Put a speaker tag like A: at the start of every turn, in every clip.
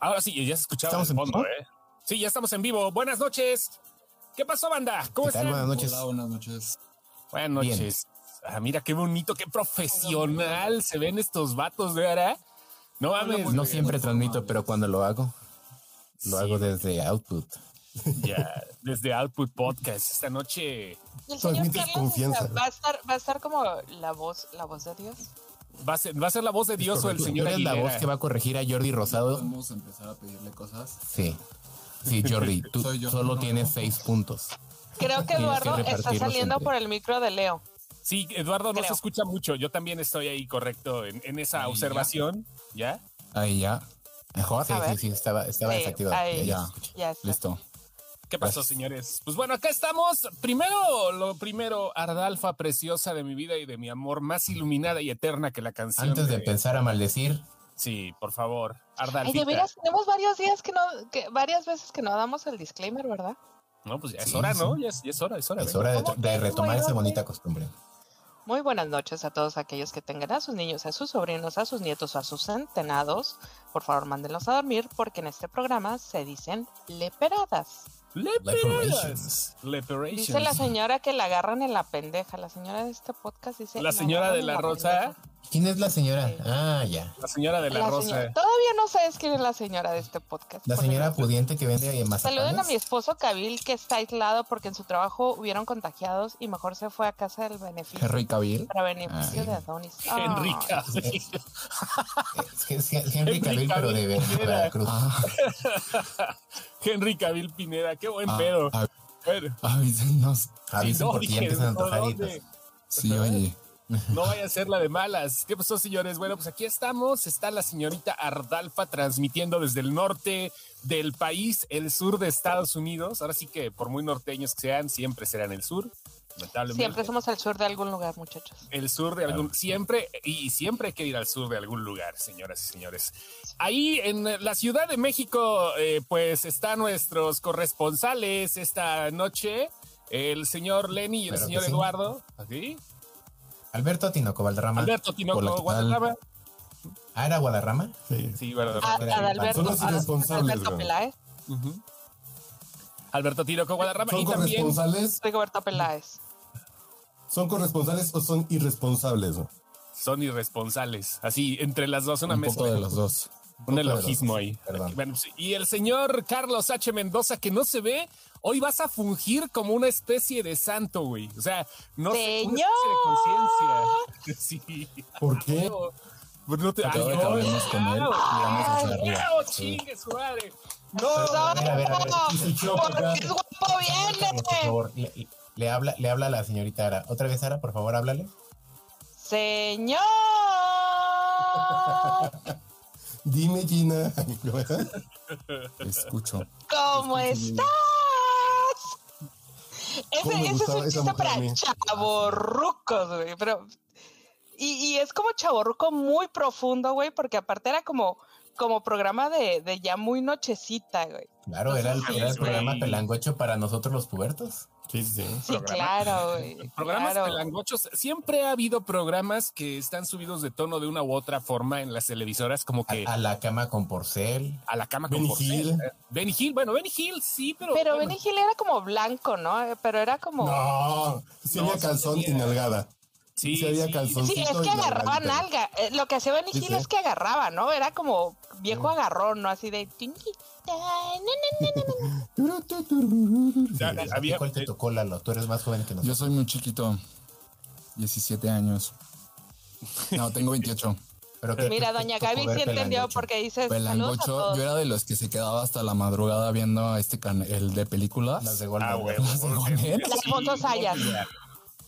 A: Ahora sí, ya se escuchaba
B: ¿Estamos
A: el
B: en
A: fondo,
B: vivo?
A: ¿eh? Sí, ya estamos en vivo. Buenas noches. ¿Qué pasó, banda? ¿Cómo
B: ¿Qué tal?
A: están?
B: Buenas noches.
C: Hola, buenas noches.
A: Buenas noches. Ah, mira qué bonito, qué profesional se ven estos vatos, de verdad. No mames.
B: Pues, No siempre transmito, pero cuando lo hago, lo
A: Sí.
B: hago desde Output.
A: Ya, desde Output Podcast. Esta noche
D: Y el señor
B: Transmites
D: Carlos
B: confianza.
D: o sea, va a estar, va a estar como la voz, la voz de Dios.
A: va a ser, va a ser la voz de Dios o el
B: Correcto.
A: señor
B: ¿Tú eres la
A: Aguilera.
B: voz que va a corregir a Jordi Rosado?
C: Podemos empezar a pedirle cosas.
B: Sí. Sí, Jordi, tú
C: Soy yo.
B: solo tienes seis puntos.
D: Creo
B: Tienes
D: que
B: que
D: Eduardo está
B: repartirlos
D: saliendo
B: entre-
D: por el micro de Leo.
A: Sí, Eduardo no se
D: Creo.
A: escucha mucho. Yo también estoy ahí correcto en, en esa
C: Ahí, ya.
A: observación. ¿Ya?
B: Ahí ya. Mejor. Sí,
D: A ver.
B: sí, sí, estaba, estaba
D: Sí,
B: desactivado. Ya,
D: ahí.
B: ya se escucha.
D: Ya está.
B: Listo.
A: ¿Qué pasó,
B: Gracias.
A: señores? Pues bueno, acá estamos. Primero, lo primero, Ardalfa preciosa de mi vida y de mi amor, más iluminada y eterna que la canción.
B: Antes de empezar a maldecir,
A: Sí, por favor,
D: Ay, de
A: Ardalfita.
D: veras, tenemos varios días que no, que varias veces que no damos el disclaimer, ¿verdad?
A: No, pues ya es
B: Sí,
A: hora,
B: sí.
A: ¿no? Ya es, ya es hora, es hora.
B: es
A: venga.
B: hora de,
D: ¿Cómo
B: de
D: crees?
B: retomar
D: Muy
B: esa
D: bien.
B: bonita costumbre.
D: Muy buenas noches a todos aquellos que tengan a sus niños, a sus sobrinos, a sus nietos o a sus centenados. Por favor, mándenlos a dormir porque en este programa se dicen leperadas.
A: Leperations.
D: Dice la
A: Leperations.
D: señora que la agarran en la pendeja. La señora de este podcast dice.
A: La señora
D: agarran
A: de
D: en
A: la rosa.
D: pendeja".
B: ¿Quién es la señora?
D: Sí.
B: Ah, ya.
A: La señora de la
D: señora-
A: rosa.
D: Todavía no sabes quién es la señora de este podcast.
B: eh. La
D: por
B: señora
D: Dios.
B: pudiente que vende ahí en
D: Saluden a mi
B: mazapanes.
D: esposo Kabil, que está aislado porque en su trabajo hubieron contagiados y mejor se fue a casa del beneficio.
B: Henry Cavill.
D: Para beneficio
B: Ay.
D: de Adonis. Ah, Ay,
A: Enrica.
B: Es que es Henry
A: Henry
B: Cavill, pero de
A: Cavill.
B: Veracruz.
A: Henry Cavill Pineda, qué buen
C: Ah,
A: pedo.
C: ah,
A: Bueno,
C: avísenos.
B: Avisen
A: no,
B: porque ya
A: dije,
B: empiezan a
A: ¿no?
B: antojar y pues
A: ¿Dónde?
C: Sí, oye.
A: No vaya a ser la de malas. ¿Qué pasó, señores? Bueno, pues aquí estamos. Está la señorita Ardalfa transmitiendo desde el norte del país, el sur de Estados Unidos. Ahora sí que, por muy norteños que sean, siempre serán el sur. Lamentablemente.
D: Siempre somos al sur de algún lugar, muchachos.
A: El sur de algún.
B: Claro.
A: Siempre, y siempre hay que ir al sur de algún lugar, señoras y señores. Ahí en la Ciudad de México, eh, pues están nuestros corresponsales esta noche. El señor Lenny y el
B: Claro que
A: señor
B: sí.
A: Eduardo. ¿sí?
B: Alberto Tinoco Valderrama.
A: Alberto Tinoco,
B: Hola, ¿qué tal?
A: Guatemala.
B: Ah, era Guadarrama.
A: Sí, Guadarrama.
D: A-
B: Espera,
D: Adalberto,
B: son los
D: Ad-
C: irresponsables,
D: Adalberto
C: bro.
D: Peláez.
A: Ujú. Alberto Tinoco Guadarrama
E: ¿Son
A: y también
E: corresponsales?
D: Rigoberto Peláez.
E: ¿Son corresponsales o son irresponsables? no?
A: son irresponsables. Así, entre las dos, una
B: un
A: mezcla.
B: poco de los dos.
A: un
B: poco de los
A: elogismo
B: dos.
A: ahí.
B: Perdón.
A: Bueno, sí. y el señor Carlos H. Mendoza, que no se ve, hoy vas a fungir como una especie de santo, güey. O sea, no sé, una especie de conciencia. Sí.
E: ¿Por qué?
A: Pues no te.
B: Acabo de
A: no,
B: acabarnos con él y
A: claro,
B: vamos a echar arriba.
A: claro,
B: Sí.
A: chingue su madre.
D: ¡No!
B: a ver, a ver, a ver.
E: Y su choco,
D: ¡Porque es
E: ya.
D: guapo
B: Carlos, Por
D: viene!
B: favor, le, le habla, le habla a la señorita Ara. Otra vez, Ara, por favor, háblale.
D: ¡Señor!
E: Dime, Gina.
B: Escucho.
D: ¿Cómo
E: Escuchen,
D: estás?
E: Este, ¿Cómo
D: Ese, ese
E: me
D: es
E: gustaba
D: un
E: esa
D: chiste
E: mujer
D: para
E: a mí?
D: chavorrucos, güey. Pero. Y, y es como chavorruco muy profundo, güey, porque aparte era como, como programa de, de ya muy nochecita, güey.
B: Claro, era el, era el
A: Sí,
B: programa
A: güey.
B: pelangocho para nosotros los pubertos.
E: Sí, sí.
D: Sí,
A: Programa-
D: claro, güey.
A: Programas
D: claro.
A: pelangochos. Siempre ha habido programas que están subidos de tono de una u otra forma en las televisoras, como
B: A,
A: que
B: a la cama con porcel.
A: a la cama con
E: Benny
A: porcel,
E: Hill.
A: ¿eh? Benny Hill, bueno, Benny Hill sí, pero.
D: Pero
A: bueno,
D: Benny Hill era como blanco, ¿no? Eh, Pero era como.
E: No, sí
A: No,
E: había
A: sí
E: calzón
A: tenía-
E: y nalgada.
A: sí,
E: sí había calzón.
D: Sí, es
E: y
D: que
E: la
D: agarraba
E: nalgadita.
D: nalga. Eh, Lo que hacía Benny
E: Sí,
D: Hill
E: sí.
D: es que agarraba, ¿no? Era como viejo agarrón, ¿no? Así de. "Tinky, ta, na, na, na".
C: Turu, tu, turururu.
A: Ya,
B: ¿A ti
A: Ah, había- eh,
B: ¿Cuál te tocó, Lalo? Tú eres más joven que
C: Yo
B: nosotros.
C: soy muy chiquito. 17 años. No, tengo 28.
B: Pero ¿qué-
D: Mira,
B: qué te
D: doña
B: tocó
D: Gaby
B: ver
D: sí entendió
B: pelangocho?
D: porque dices. Saludos a
C: Pelangocho,
D: todos.
C: yo era de los que se quedaba hasta la madrugada viendo este can- el de películas.
B: Las de Golden.
A: Ah, huevo.
C: Las de
A: Golden.
C: Golden.
A: Sí,
D: Alfonso Sayas.
A: Golden.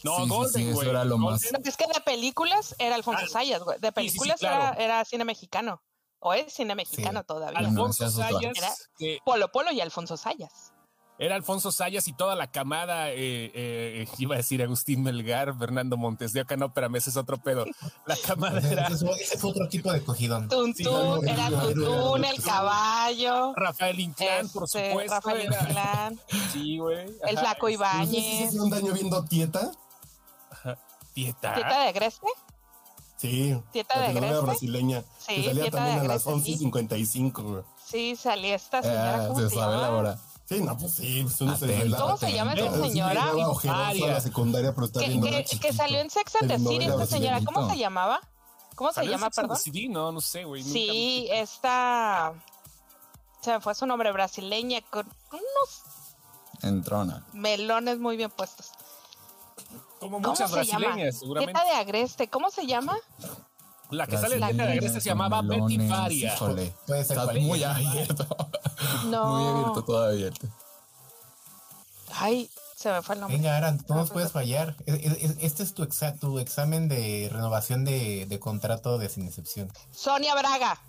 A: No,
C: Sí, sí,
A: Golden,
C: sí, eso
A: güey.
C: era lo más.
A: Golden.
D: No, es que de películas era Alfonso
A: Ah,
D: Sayas, güey. De
A: sí, sí,
D: películas
A: claro.
D: era, era cine mexicano. O es cine mexicano todavía.
C: Al- No,
A: Alfonso
C: seas otra.
D: Era-
A: Sayas, que
D: Polo Polo y Alfonso Sayas.
A: era Alfonso Sayas y toda la camada, eh, eh, iba a decir Agustín Melgar, Fernando Montes de Oca, no, espérame, ese es otro pedo. La camada
B: Ese,
A: era
B: ese fue- ese fue otro tipo de cogidón.
D: Tuntún,
A: Sí, claro,
D: era
E: claro,
D: Tuntún,
E: claro.
D: el caballo.
A: Rafael Inclán, por
D: este,
A: supuesto.
D: Rafael
A: era-
D: Inclán,
A: Sí, güey.
D: el
A: ajá,
D: flaco
E: ¿No sé si se
D: Ibáñez.
E: hacían daño viendo Tieta?
A: Tieta.
D: ¿Tieta de Greste?
E: Sí,
D: ¿Dieta de
E: la telenovela
D: agreste?
E: brasileña.
D: Sí,
E: que salía
D: dieta
E: también
D: de
E: a las
D: agreste, sí.
E: 11.55, güey.
D: Sí, salía esta señora.
C: Ah,
D: ¿Cómo
C: se
D: se
C: sabe la
D: llama?
C: hora.
E: Sí, no, pues sí, pues uno se
C: Atento.
E: desvelaba.
D: ¿Cómo se llama esta
E: Sí,
D: señora?
E: llegaba ojeroso a
A: Hiparia.
E: la secundaria, pero está
D: Que,
E: viendo.
D: que- que salió en Sex and the City
E: Telenovela
D: esta señora. ¿Cómo se
C: brasileñito.
D: llamaba? ¿Cómo se
A: ¿Salió
D: llama,
A: Sex and the
D: perdón?
A: City? No, no sé, güey. nunca
D: Sí,
A: vi.
D: esta. Se me fue su nombre brasileña con unos
C: Entrona.
D: melones muy bien puestos.
A: Como
D: ¿Cómo
A: muchas
D: se llama?
A: brasileñas, seguramente.
D: Dieta de agreste, ¿cómo se llama?
A: La que sale en Dieta de Grecia se
C: con
A: llamaba Betty
C: melones,
A: Faria.
C: Híjole.
B: Puede ser
C: Está
B: cualquiera.
C: muy abierto. Muy abierto,
D: No.
C: todo abierto.
D: Ay, se me fue el nombre.
B: Venga, Aran, tú
D: No,
B: nos
D: pues,
B: puedes fallar. Es- es- es- Este es tu, exa- tu examen de renovación de, de contrato de sin excepción.
D: Sonia Braga.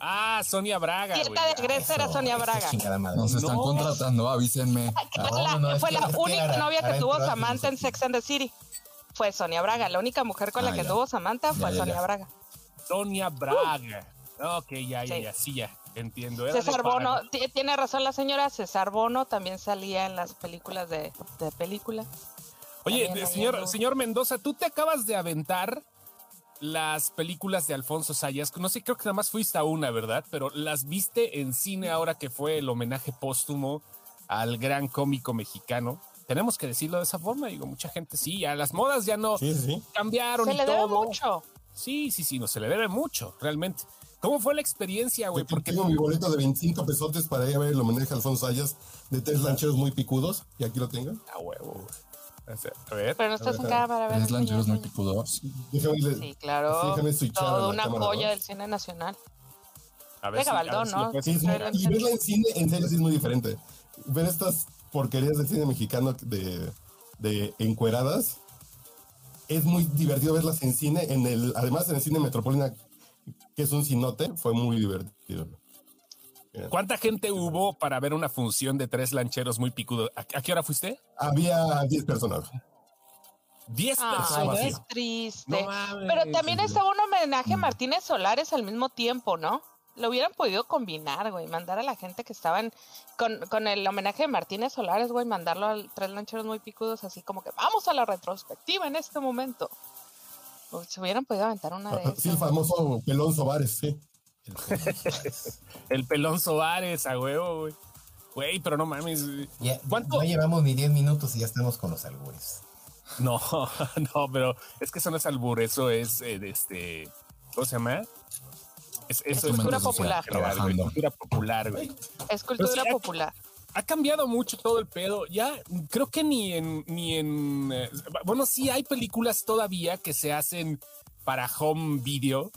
A: Ah, Sonia Braga.
D: Dieta
A: güey.
D: de Grecia. Esa era
B: Eso,
D: Sonia
B: esa
D: Braga.
B: chingada madre.
C: Nos están
A: No.
C: contratando, avísenme.
D: Fue
B: Ah, no,
D: la,
B: no, es
D: fue
B: que- es
D: la
B: que
D: única
B: Ara-
D: novia
B: Ara
D: que tuvo
B: entró a
D: Samantha en
B: Sex and
D: Sex and the City. Fue Sonia Braga. La única mujer con
C: Ah,
D: la que
C: ya.
D: tuvo Samantha fue
C: Ya, ya,
D: Sonia
C: ya.
D: Braga.
A: Sonia Braga. Ok, ya, ya,
D: Uh. Sí.
A: ya, sí, ya. Entiendo. Era de
D: César
A: Paraná.
D: Bono, ti- tiene razón la señora, César Bono también salía en las películas de, de película.
A: Oye,
D: También
A: de-
D: había
A: señor,
D: algo.
A: señor Mendoza, tú te acabas de aventar las películas de Alfonso Sayas. No sé, creo que nada más fuiste a una, ¿verdad? Pero las viste en cine ahora que fue el homenaje póstumo al gran cómico mexicano. Tenemos que decirlo de esa forma, digo, mucha gente sí, a las modas ya no
E: Sí, sí.
A: cambiaron
D: Se
A: y
D: le debe
A: todo.
D: mucho.
A: Sí, sí, sí, no se le debe mucho, realmente. ¿Cómo fue la experiencia, güey? Porque
E: Porque tengo mi boleto de 25 pesotes para ir a ver el homenaje a Alfonso Ayas de tres lancheros muy picudos. Y aquí lo tengo.
A: a huevo. güey. O sea, A ver.
D: Pero no estás en
E: ver,
D: cámara, ¿verdad?
C: Tres lancheros muy
D: señor?
C: picudos.
E: Déjame irle-
D: Sí, claro.
E: déjame switchar a la
D: Todo una
E: cámara,
D: joya
E: ¿no?
D: del cine nacional.
A: A
D: de Gabaldón,
A: lo
D: ¿no?
A: puedes
E: Sí, Pues es muy-
A: encontrar.
D: Pero-
E: y verla en cine, en serio, sí es muy diferente. Ver estas porquerías del cine mexicano de, de encueradas es muy divertido verlas en cine. En el, además, en el cine Metropolitana, que es un cinote, fue muy divertido.
A: ¿Cuánta gente hubo para ver una función de tres lancheros muy picudos? ¿A, a qué hora fuiste?
E: Había 10 personas.
A: ¿Diez
D: Ay,
A: personas?
D: es triste.
A: Ah, No mames.
D: Ah, Pero también estaba un homenaje a
C: Mm.
D: Martínez Solares al mismo tiempo, ¿no? Lo hubieran podido combinar, güey, mandar a la gente que estaban con, con el homenaje de Martínez Solares, güey, mandarlo a tres lancheros muy picudos, así como que vamos a la retrospectiva en este momento. Uy, Se hubieran podido aventar una de
E: Ah, Sí, el
D: esas.
E: famoso Pelón Sobares, sí.
A: El pelón Soares, a huevo, güey. Güey, pero no mames. güey.
B: Ya,
A: ¿Cuánto?
B: No llevamos ni 10 minutos y ya estamos con los albures.
A: No, no, pero es que eso no es albur, eso es eh, de este. ¿Cómo se llama? Es, eso es cultura
D: Cultura popular.
A: general, güey,
C: Trabajando.
A: cultura popular, güey.
D: Es cultura
A: Pero Pues sí,
D: popular.
A: ha cambiado mucho todo el pedo. Ya creo que ni en, ni en, eh, bueno, sí hay películas todavía que se hacen para home video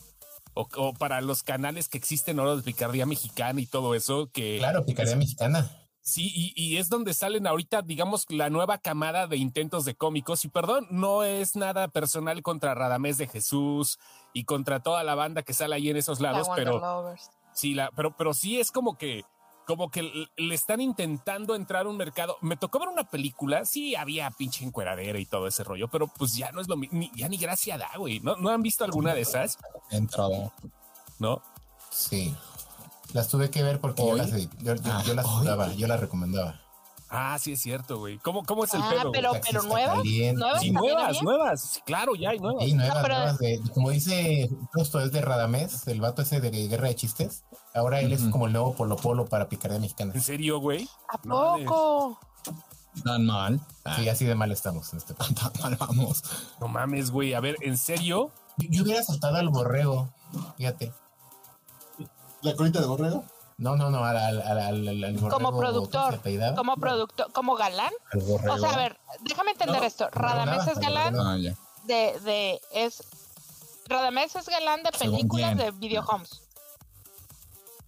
A: o, o para los canales que existen ahora de picardía mexicana y todo eso que
B: Claro, picardía mexicana.
A: sí y, y es donde salen ahorita, digamos, la nueva camada de intentos de cómicos. Y perdón, no es nada personal contra Radamés de Jesús y contra toda la banda que sale ahí en esos
D: La
A: lados,
D: Wonder
A: pero
D: Lovers.
A: Sí, la, pero, pero sí es como que, como que l- le están intentando entrar a un mercado. Me tocó ver una película, sí había pinche encueradera y todo ese rollo, pero pues ya no es lo mismo, ya ni gracia da, güey. ¿No, ¿No han visto alguna de esas?
C: Entrada.
A: ¿No?
B: Sí. Las tuve que ver porque yo
C: ¿Hoy?
B: las, edit- yo, yo-
C: Ah,
B: yo las
C: ¿hoy?
B: juraba, yo las recomendaba.
A: Ah, sí es cierto, güey. ¿Cómo, cómo es el
D: Ah,
A: pedo? güey?
D: pero-
B: Taxista
D: nuevas,
B: Caliente.
D: nuevas
A: Sí,
D: ¿también ¿eh?
A: nuevas,
D: había?
A: nuevas. Sí, claro, ya hay nuevas.
B: Sí, nuevas,
D: Ah, pero-
B: nuevas de- como dice justo es de Radamés, el vato ese de Guerra de Chistes. Ahora él es
C: Ujú.
B: como el nuevo Polo Polo para picardía mexicana.
A: ¿En serio, güey?
D: ¿A
A: Madres.
D: poco?
C: Tan mal.
B: Sí, así de mal estamos en este país.
C: Tan mal vamos.
A: No mames, güey. A ver, ¿en serio?
B: Yo, yo hubiera saltado al borrego, fíjate.
E: La colita de borrego.
B: No, no, no, al, al, al, al- al- al borrego.
D: Como
B: ¿cómo se
D: productor,
E: ¿Ah?
B: apellidaba?
D: como productor, como galán.
B: Al borrego.
D: O sea, a ver, déjame entender
B: No,
D: esto.
B: no,
D: Radamés
B: nada,
D: es galán
C: Ah, ya.
D: de, de es Radamés es galán de
C: Según
D: películas
C: quién.
D: de videohomes.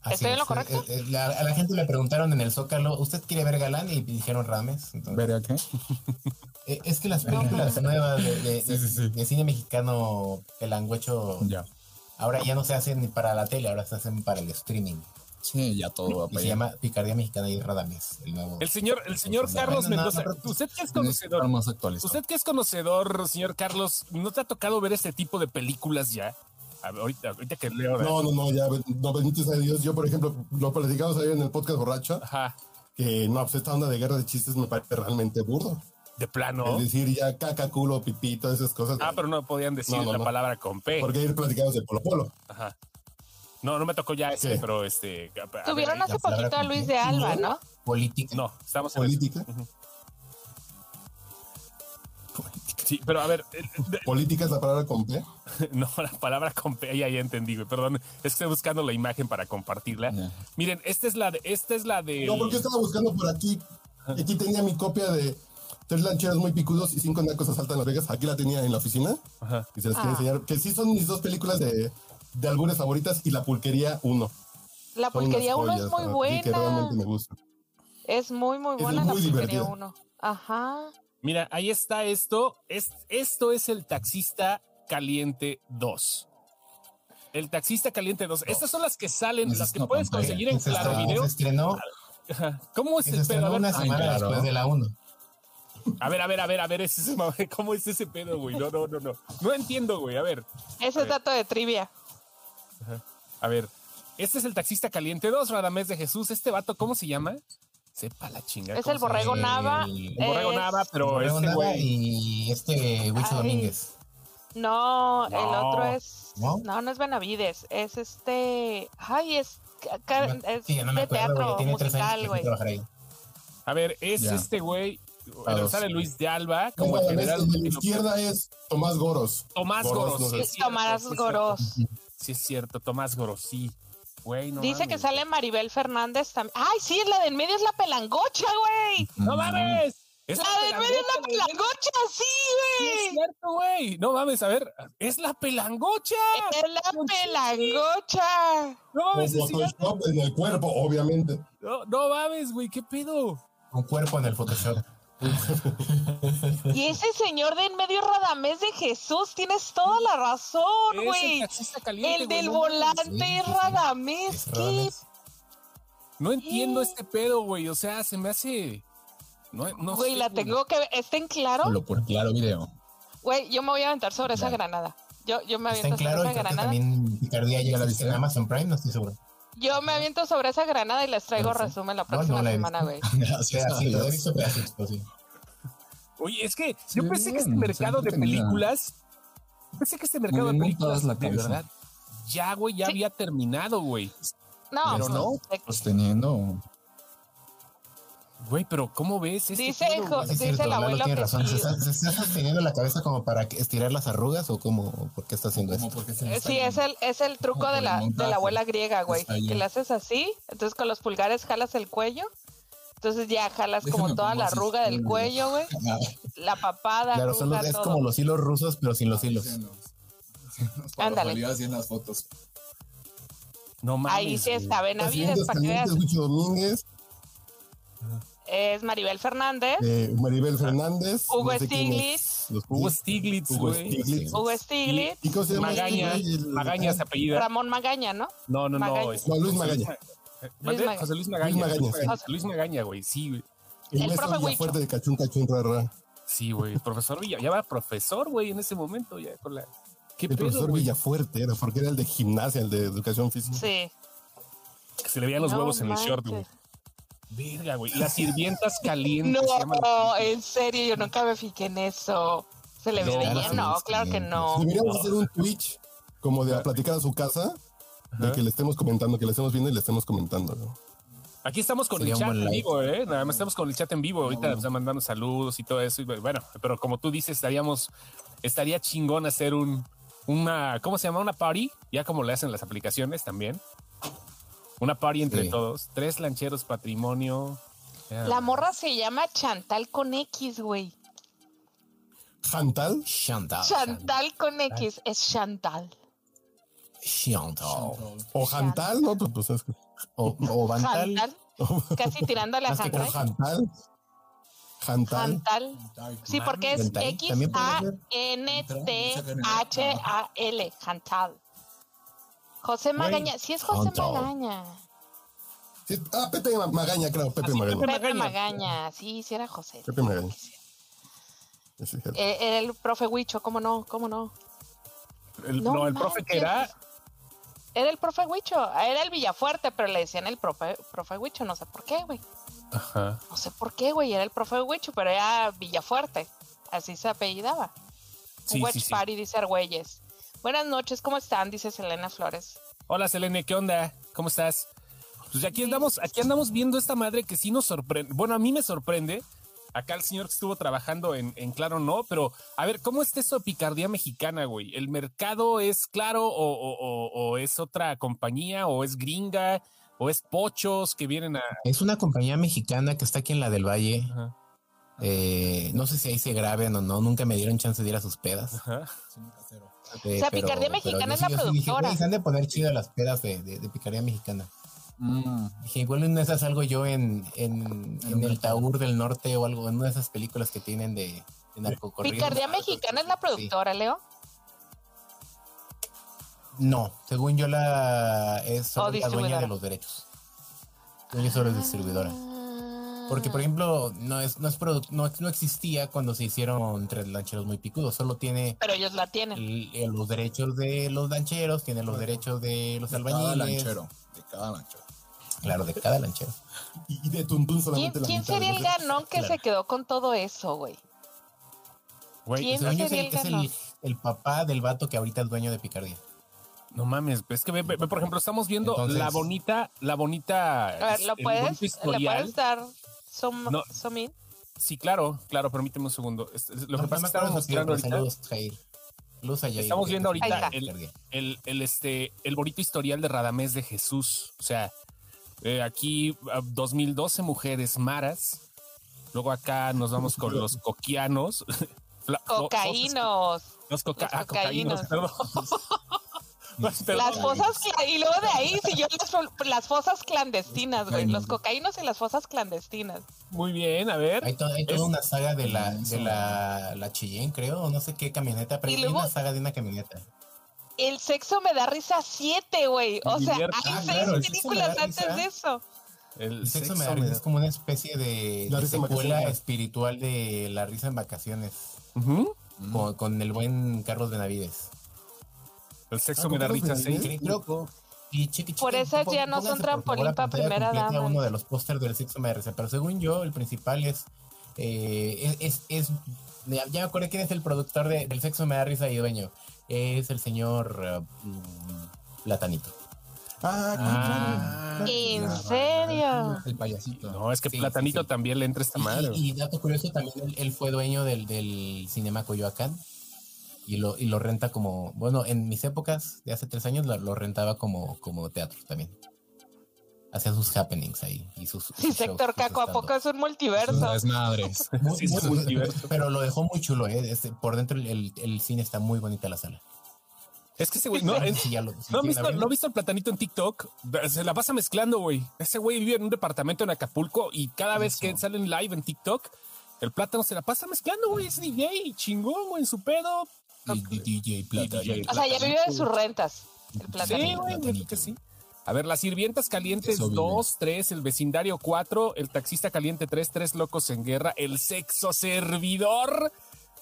B: Así
D: ¿estoy en
B: es,
D: lo correcto?
B: eh, eh, la- a la gente le preguntaron en el Zócalo, ¿usted quiere ver galán? Y dijeron Radamés. Entonces,
C: ¿Veré a qué?
B: eh, es que las películas nuevas de, de-
C: Sí, sí, sí.
B: de cine mexicano, el angüecho
C: Ya.
B: Ahora ya no se hacen ni para la tele, ahora se hacen para el streaming.
C: Sí, ya todo va
B: Y
C: para
B: se
C: allá.
B: llama Picardía Mexicana y Radames, el nuevo.
A: El señor, el señor Carlos
B: Bueno, no,
A: Mendoza.
B: no, pero-
A: ¿Usted qué es
C: Tienes que
A: conocedor?
C: estar más actualizado.
A: Usted que es conocedor, señor Carlos, ¿no te ha tocado ver este tipo de películas ya? A ver, ahorita, ahorita que leo.
E: No, no, no, ya, no, bendito sea Dios. Yo, por ejemplo, lo platicamos ayer en el podcast borracho,
A: Ajá.
E: que no, pues esta onda de guerra de chistes me parece realmente burdo.
A: De plano.
E: Es decir, ya caca, culo, pipí, todas esas cosas.
A: Ah, pero no podían decir
E: No, no,
A: la
E: no.
A: palabra con P.
E: Porque ir platicados de Polo Polo.
A: Ajá. No, no me tocó ya ese,
E: ¿Qué?
A: pero este. a- a-
D: Tuvieron
A: a-
D: hace poquito a Luis de Alba, ¿no?
B: Política.
A: No, estamos en el-
E: Política.
A: Sí, pero a ver, el-
E: Política es la palabra con P.
A: no, la palabra con P, ya, ya entendí, güey, Perdón, es que estoy buscando la imagen para compartirla.
C: Ya.
A: Miren, esta es la de. Esta es la de.
E: No, porque yo estaba buscando por aquí. Y aquí tenía mi copia de tres lancheros muy picudos y cinco nacos asaltan Las Vegas. Aquí la tenía en la oficina.
A: Ajá.
E: Y se las
D: Ah.
E: quiero enseñar. Que sí son mis dos películas de, de algunas favoritas y La Pulquería 1.
D: La
E: Son unas
D: pulquería 1 es
E: joyas,
D: muy
E: ¿no? Y Que
D: buena.
E: realmente me gusta.
D: Es muy, muy
E: Es
D: buena la
E: muy
D: pulquería
E: divertida.
D: 1. Ajá.
A: Mira, ahí está esto. Es, esto es el taxista caliente 2. El taxista caliente 2. Estas son las que salen,
C: Esas
A: las que
C: no
A: puedes
C: compré.
A: conseguir en
B: Se
A: Claro
B: estrenó-
A: Video.
B: Se estrenó,
A: Ajá. ¿Cómo es
B: se
A: el pedo?
B: estrenó
A: A
B: una
A: ver,
B: semana
E: claro.
B: después de la 1.
A: a ver, a ver, a ver, a ver, ese es- ¿cómo es ese pedo, güey? No, no, no, no. No entiendo, güey. A ver,
D: Ese es
A: ver.
D: dato de trivia.
A: a ver. Este es el taxista caliente 2, Radamés de Jesús. Este vato, ¿cómo se llama? Sepa la chingada.
D: Es el borrego
B: El-
D: Nava.
B: el
A: El borrego
D: es-
A: nada, pero
B: Eh, Borrego
A: este
B: Nava
A: güey.
B: Y este Huicho
D: Ay.
B: Domínguez.
D: No, el
A: No.
D: otro es.
B: ¿No?
D: ¿No? no, es Benavides. Es este. Ay, es. ca- ca- es
B: Sí, no me
D: de
B: acuerdo,
D: teatro
B: güey. Tiene tres años
D: musical,
B: que fui a
D: güey.
B: trabajar ahí.
A: A ver, es
C: Ya.
A: este güey.
E: A
A: Bueno,
E: dos.
A: sale Luis de Alba, como
E: Como
A: el
E: la vez
A: general.
E: de la izquierda es Tomás Goros.
A: Tomás
E: Goros,
A: Goros.
E: no
A: sí
E: sé.
A: es cierto,
D: Tomás
A: sí es
D: Goros.
A: cierto, Sí, es cierto, Tomás Goros, sí. Güey, no
D: Dice que
A: mames.
D: sale Maribel Fernández también. ¡Ay, sí! La de en medio es la pelangocha, güey.
A: ¡No mames! Es
D: La de en medio es Pues la
A: pelangocha,
D: pelangocha,
A: sí, es
D: sí,
A: cierto, güey. No mames, a ver, es la pelangocha.
D: güey. Es la pelangocha.
A: No
E: Con
A: mames, es gigante.
E: Photoshop en el cuerpo, obviamente.
A: No, no mames, güey, qué pedo.
B: Un cuerpo en el Photoshop.
D: Y ese señor de en medio es Radamés de Jesús. Tienes toda la razón,
A: Es el
D: güey.
A: taxista caliente.
D: El
A: güey,
D: del
A: no mames.
D: volante es
B: sí.
D: Radamés.
B: Es
D: ¿Qué
B: Radamés.
A: No entiendo este pedo, güey. O sea, se me hace. No, no
D: Güey,
A: sé,
D: la tengo que ver. ¿Está en claro?
C: Solo por claro video.
D: Güey, yo me voy a aventar sobre esa
C: Dale.
D: granada. Yo, yo me
B: Está en
D: aviento sobre
B: claro y
D: esa
B: creo que
D: granada.
B: también Picardía ya la viste en Amazon Prime, no estoy seguro.
D: Yo me aviento sobre esa granada y les traigo
C: Perfecto.
D: resumen la
B: No, no
D: próxima
B: la he
D: semana, güey.
C: Gracias. a
B: Pedacitos, he
C: Dios.
B: visto pedacitos, sí.
A: Oye, es que
C: Se
A: yo
C: ve
A: pensé que este
C: bien, se ve
A: mercado de
C: entretenida.
A: películas, pensé que este mercado de
C: Me
A: películas,
C: montas la
A: de
C: cabeza.
A: verdad, ya, güey, ya
D: Sí.
A: había terminado, güey.
D: No,
A: Pero no.
D: eh,
C: Sosteniendo.
A: Güey, pero ¿cómo ves este
D: Dice
A: pedo,
D: el
A: güey?
D: jo-
B: Sí, es
D: Dice el
B: Lalo
D: abuelo
B: tiene
D: que
B: razón.
D: sí.
B: ¿Se está, se está sosteniendo la cabeza como para que- estirar las arrugas o cómo? o ¿Por qué está haciendo
C: pues,
B: eso?
D: eh, sí, es el, es el truco
C: Como
D: de
C: el
D: la, de
C: montaje.
D: la abuela griega, güey.
C: Está bien.
D: Que le haces así, entonces con los pulgares jalas el cuello. Entonces ya jalas como
C: Déjame
D: toda
C: pongo
D: la
C: así,
D: arruga del
C: mm.
D: cuello, güey. La papada,
B: Claro, son los-
D: arruga,
B: es
D: todo.
B: como los hilos rusos, pero sin los hilos.
D: Ándale.
C: en las fotos.
A: No mames.
D: Ahí sí
A: güey.
D: está Benavides,
E: Presidentes
D: para que veas.
E: Calientes, Huicho Domínguez,
D: Es Maribel Fernández,
E: eh, Maribel Fernández.
D: Hugo
E: sé quién
D: Stiglitz.
E: es, los-
A: Hugo Stiglitz,
E: Hugo
A: güey.
E: Stiglitz.
D: Hugo Stiglitz,
E: ¿Y cómo se llama este
A: Magaña,
E: güey? El-
A: Magaña se apellida.
D: Ramón Magaña, ¿no?
A: No, no, no.
D: Magaña.
A: es-
E: No, Luis Magaña.
A: ¿Mande?
D: Magaña.
A: José Luis Magaña.
E: Magaña,
A: Luis
E: sí.
A: Magaña, Luis Magaña, güey, sí, güey.
E: El,
D: El
E: maestro
D: profe Huicho.
E: Villafuerte de Cachún Cachún Rara.
A: Sí, güey. Profesor Villa, ya va profesor, güey, en ese momento, ya con la. ¿Qué
E: El
A: pedo,
E: profesor
A: güey?
E: Villafuerte era porque era el de gimnasia, el de educación física.
D: Sí.
A: Que se le veían los
D: No
A: huevos en el short, güey.
D: manches.
A: Verga, güey. Las sirvientas calientes. se llama la
D: No,
A: película.
D: en serio, yo nunca me fijé en eso. ¿Se le ve
A: No,
D: bien?
C: sí,
D: No,
C: sí,
D: claro que
C: sí.
D: no.
E: Deberíamos hacer un Twitch como de a platicar a su casa, de
A: Ajá.
E: que le estemos comentando, que le estemos viendo y le estemos comentando. ¿no?
A: Aquí estamos con
B: Sería
A: el
B: un
A: chat
B: buen
A: en
B: like.
A: vivo, ¿eh? Nada más estamos con el chat en vivo. Ahorita nos están mandando saludos y todo eso. Y bueno, pero como tú dices, estaríamos, estaría chingón hacer un, una, ¿cómo se llama? Una party, ya como le hacen las aplicaciones también. Una party entre
B: Sí.
A: todos. Tres lancheros patrimonio. Ya.
D: La morra se llama Chantal con X, güey.
E: Chantal,
B: Chantal.
D: Chantal con X es Chantal.
C: Oh.
B: Chantal.
E: o Chantal, ¿no? Pues, pues es que-
B: O, o Vantal.
D: Chantal. Casi tirándole a
B: Más que
E: o
D: Chantal.
E: Chantal. Chantal.
D: Chantal. Sí, porque es
B: Chantal, también podría ser.
D: X-A-N-T-H-A-L. Chantal. José Magaña. Sí es José
B: Chantal.
D: Magaña.
E: Sí, ah, Pepe Ma- Magaña, claro, Pepe
A: Así,
E: Magaña.
A: Pepe
D: Pepe
A: Magaña.
D: Magaña. Sí, sí era José.
E: Pepe Magaña. Sí, sí.
D: Eh, era el profe Huicho, ¿cómo no? ¿Cómo no?
A: El- no,
D: no
A: el profe que era,
D: manches. Era el profe Huicho, era el Villafuerte, pero le decían el profe, profe Huicho, no sé por qué, güey.
A: Ajá.
D: No sé por qué, güey, era el profe Huicho, pero era Villafuerte. Así se apellidaba.
A: Sí,
D: Watch
A: sí, sí.
D: Party, dice Argüelles. Buenas noches, ¿cómo están? Dice Selena Flores.
A: Hola Selene, ¿qué onda? ¿Cómo estás? Pues aquí andamos, aquí andamos viendo esta madre que sí nos sorprende. Bueno, a mí me sorprende. Acá el señor que estuvo trabajando en, en Claro no, pero a ver, ¿cómo está eso de picardía mexicana, güey? ¿El mercado es claro o, o- o- o es otra compañía o es gringa o es pochos que vienen a...
B: Es una compañía mexicana que está aquí en la del Valle.
A: Ajá,
B: Eh, no sé si ahí se graben o no, nunca me dieron chance de ir a sus pedas.
A: ajá.
B: Eh,
D: O sea, Picardía Mexicana
B: yo
D: es la
B: yo dije,
D: productora.
B: "Güey, se han de poner chido las pedas de, de- de Picardía Mexicana.
C: Mm,
B: Dije, igual en una de esas salgo yo en, en,
C: En
B: en
C: un
B: el Taur del Norte o algo, en una de esas películas que tienen de, de narcocorrido.
D: Picardía Mexicana es la productora, Leo.
B: No, según yo la es solo la
D: O
B: dueña
D: distribuidora.
B: de los derechos. Según yo solo es distribuidora.
D: Ah.
B: Porque, por ejemplo, no es, no es produ- no, no existía cuando se hicieron tres lancheros muy picudos. Solo tiene
D: Pero ellos la tienen.
B: el- el- eh, los derechos de los lancheros, tiene los derechos de los
C: de cada
B: albañiles.
C: lanchero. De cada lanchero.
B: Claro, de cada lanchero.
E: Y, y de Tuntún
D: ¿Quién,
E: solamente la
D: quién
E: mitad,
D: sería el
E: ¿no?
D: ganón que
B: Claro.
D: se quedó con todo eso, güey?
A: Güey,
D: ¿Quién?
B: Según yo Pues es
D: sería
B: el,
D: el
B: es el-
D: ganón?
B: el papá del vato que ahorita es dueño de Picardía.
A: no mames, es que ve, ve- ve, por ejemplo, estamos viendo
B: Entonces-
A: la bonita, la bonita...
D: A ver, ¿lo
A: el bonito
D: puedes, ¿le
A: historial.
D: puedes dar zoom,
A: No.
D: zoom in?
A: Sí, claro, claro, permíteme un segundo. Es- es- Lo
B: No,
A: que
B: no
A: pasa
B: me
A: es que estamos
B: acuerdo de su
A: mostrando
B: nombre,
A: ahorita...
B: Saludos, Jair. Saludos a Jair.
A: Estamos
B: de-
A: viendo
B: de
A: ahorita
D: está.
A: el-
B: Picardía.
A: el, el, este, el bonito historial de Radamés de Jesús. O sea, eh, aquí ah, 2012 mujeres maras. Luego acá nos vamos con los coquianos. Fla- jo- fosas-
D: Cocaínos.
A: Los, coca-
D: Los
A: ah, cocaínos, perdón. Perdón.
D: Las fosas, cla- y luego de ahí siguió las, las fosas clandestinas, güey. Los cocaínos y las fosas clandestinas.
A: Muy bien, a ver.
B: Hay, to- hay toda
A: Es-
B: una saga de la
C: Eso.
B: de la, la Cheyenne, creo, o no sé qué camioneta, pero
D: Y
B: hay
D: luego-
B: una saga de una camioneta.
D: El sexo me da risa 7, güey. O
A: Me
D: sea,
A: divierte.
D: hay
B: Ah,
D: seis
B: claro, el sexo
D: películas
B: me da
D: antes
B: risa.
D: de eso.
A: El
B: El sexo,
A: sexo
B: me da
A: me-
B: miedo, es como una especie de,
E: La
B: de
E: risa en
B: secuela
E: vacaciones.
B: espiritual de La risa en vacaciones
A: Ujú.
C: Mm.
B: con, con el buen Carlos Benavides.
A: El sexo
E: Ah,
A: me da
E: ¿cómo
A: risa.
E: te
A: sí.
E: refieres?
B: Creo- y chiqui, chiqui,
D: Por esas
B: pon-
D: ya no
B: pónganse,
D: son
B: por favor,
D: trampolín
B: la
D: pa'
B: pantalla
D: primera
B: completa,
D: dama.
B: Uno de los pósters del sexo me da risa, pero según yo el principal es eh, es, es- ya ya me acuerdo quién es el productor de- del sexo me da risa y dueño es el señor eh, mm, Platanito.
E: Ah,
A: Ah.
E: claro.
D: ¿En serio?
C: El payasito.
A: No, es que
B: Sí,
A: Platanito
B: sí, sí.
A: también le entra esta
B: Y-
A: madre.
B: Y, y dato curioso, también él, él fue dueño del, del Cinema Coyoacán y lo, y lo renta como, bueno, en mis épocas de hace tres años lo, lo rentaba como, como teatro también. Hacía sus happenings ahí y sus...
D: Sí,
B: sus
D: sector
B: shows, sus
D: caco, ¿a poco
B: stand-up.
D: es un multiverso?
C: madres.
B: Muy-
A: Sí, es
B: muy-
A: un universo.
B: pero lo dejó muy chulo, ¿eh? Este, por dentro el, el- el cine está muy bonita la sala.
A: Es que ese güey, no, en-
B: Sí, ya lo- sí,
A: ¿No
B: sí,
A: han visto,
B: la vi.
A: ¿No han visto el platanito en TikTok? Se la pasa mezclando, güey. Ese güey vive en un departamento en Acapulco y cada vez que salen live en TikTok, el plátano se la pasa mezclando, güey. Es DJ, chingón, güey, en su pedo.
B: Y- y DJ Plata.
A: Y DJ
D: O sea, ya vive de sus rentas. El
A: Sí,
D: platanito.
A: güey, yo creo que sí. A ver, las sirvientas calientes
C: Eso vive.
A: 2, 3, el vecindario 4, el taxista caliente 3, 3 locos en guerra, el sexo servidor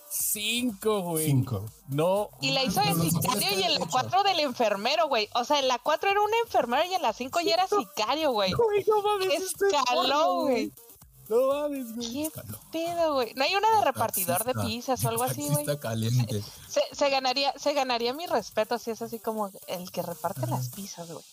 A: 5, güey.
E: Cinco.
A: No.
D: Y la hizo de
C: No, no, no,
D: sicario
C: no,
D: y
C: no,
D: en la
C: no.
D: 4 del enfermero, güey. O sea, en la 4 era una enfermera y en la 5 ya era sicario, güey.
A: Güey, no mames, esto es porno,
D: Escaló, güey.
A: No mames, güey.
D: ¿Qué pedo, güey? ¿No hay una de repartidor de
C: Taxista.
D: pizzas o algo así, güey?
C: Taxista caliente.
D: Se, se ganaría, se ganaría mi respeto si es así como el que reparte las pizzas, güey.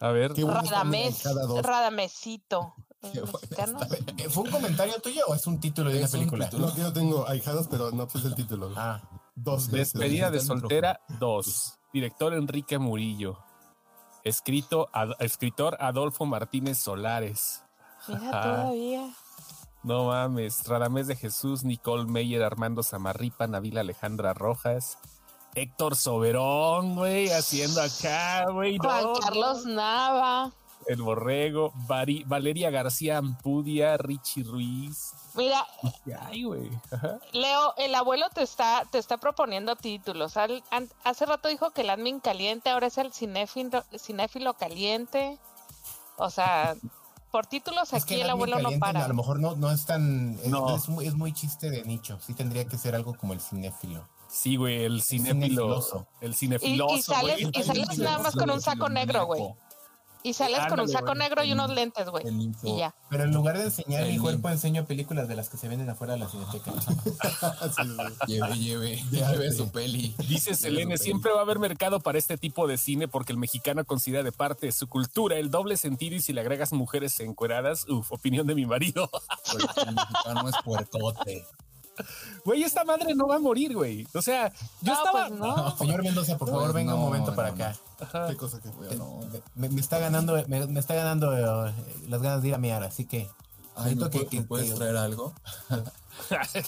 A: A ver.
E: Qué buenas
D: Radamés,
E: comidas cada dos.
D: Radamesito.
C: Qué buena
D: mexicano.
B: Eh, ¿Fue un comentario tuyo o es un título de
C: Es
B: una
C: un
B: película?
C: título.
E: Lo que yo tengo, ahijadas, pero no puse el título.
B: Ah.
E: Dos.
A: pues, Despedida de
C: Está en
A: soltera 2. Director Enrique Murillo. Escrito Ad- escritor Adolfo Martínez Solares.
D: Mira,
A: Ajá.
D: todavía.
A: No mames. Radamés de Jesús, Nicole Meyer, Armando Zamarripa, Navila Alejandra Rojas. Héctor Soberón, güey, haciendo acá, güey. no,
D: Juan Carlos Nava.
A: El Borrego, Vari- Valeria García Ampudia, Richie Ruiz.
D: Mira,
A: Ay, güey. ajá.
D: Leo, el abuelo te está, te está proponiendo títulos. Al- an- hace rato dijo que el admin caliente, ahora es el cinéfilo, cinéfilo caliente. O sea, por títulos
B: Es que
D: aquí el
B: Admin
D: abuelo no
B: Caliente
D: para.
B: A lo mejor no, no es tan. es-
A: No.
B: Es, muy, es muy chiste de nicho. Sí tendría que ser algo como el cinéfilo.
A: Sí, güey, el cinéfilo.
B: cinefiloso.
A: El
D: Y,
A: cinefiloso.
D: y sales,
A: güey.
D: y sales nada más con un saco negro, güey. Y sales con un
A: Ándale,
D: saco
A: güey. Mm.
D: negro y unos lentes, güey.
B: El info.
D: Y ya.
B: Pero en lugar de enseñar
C: El
B: mi cuerpo,
C: info.
B: enseño películas de las que se venden afuera de la cineteca.
E: Así es.
C: Lleve, lleve,
E: Ya
C: lleve
E: sé.
C: su peli.
A: Dice Selene, siempre va a haber mercado para este tipo de cine porque el mexicano considera de parte de su cultura el doble sentido y si le agregas mujeres encueradas, uff, opinión de mi marido.
C: Porque el mexicano es puercote.
A: Güey, esta madre no va a morir, güey. O sea, yo
D: no,
A: estaba...
D: pues no.
B: Señor Mendoza, por favor,
C: Pues
B: venga un
C: no,
B: momento
C: no,
B: para
C: no.
B: acá.
A: Ajá.
E: Qué cosa que
B: Te-
E: no.
B: Me, me está ganando, me, me está ganando eh, las ganas de ir a miar, así que
C: Ay, ¿me,
B: Siento que-
C: pu-
B: que-
C: me puedes
B: que-
C: traer algo?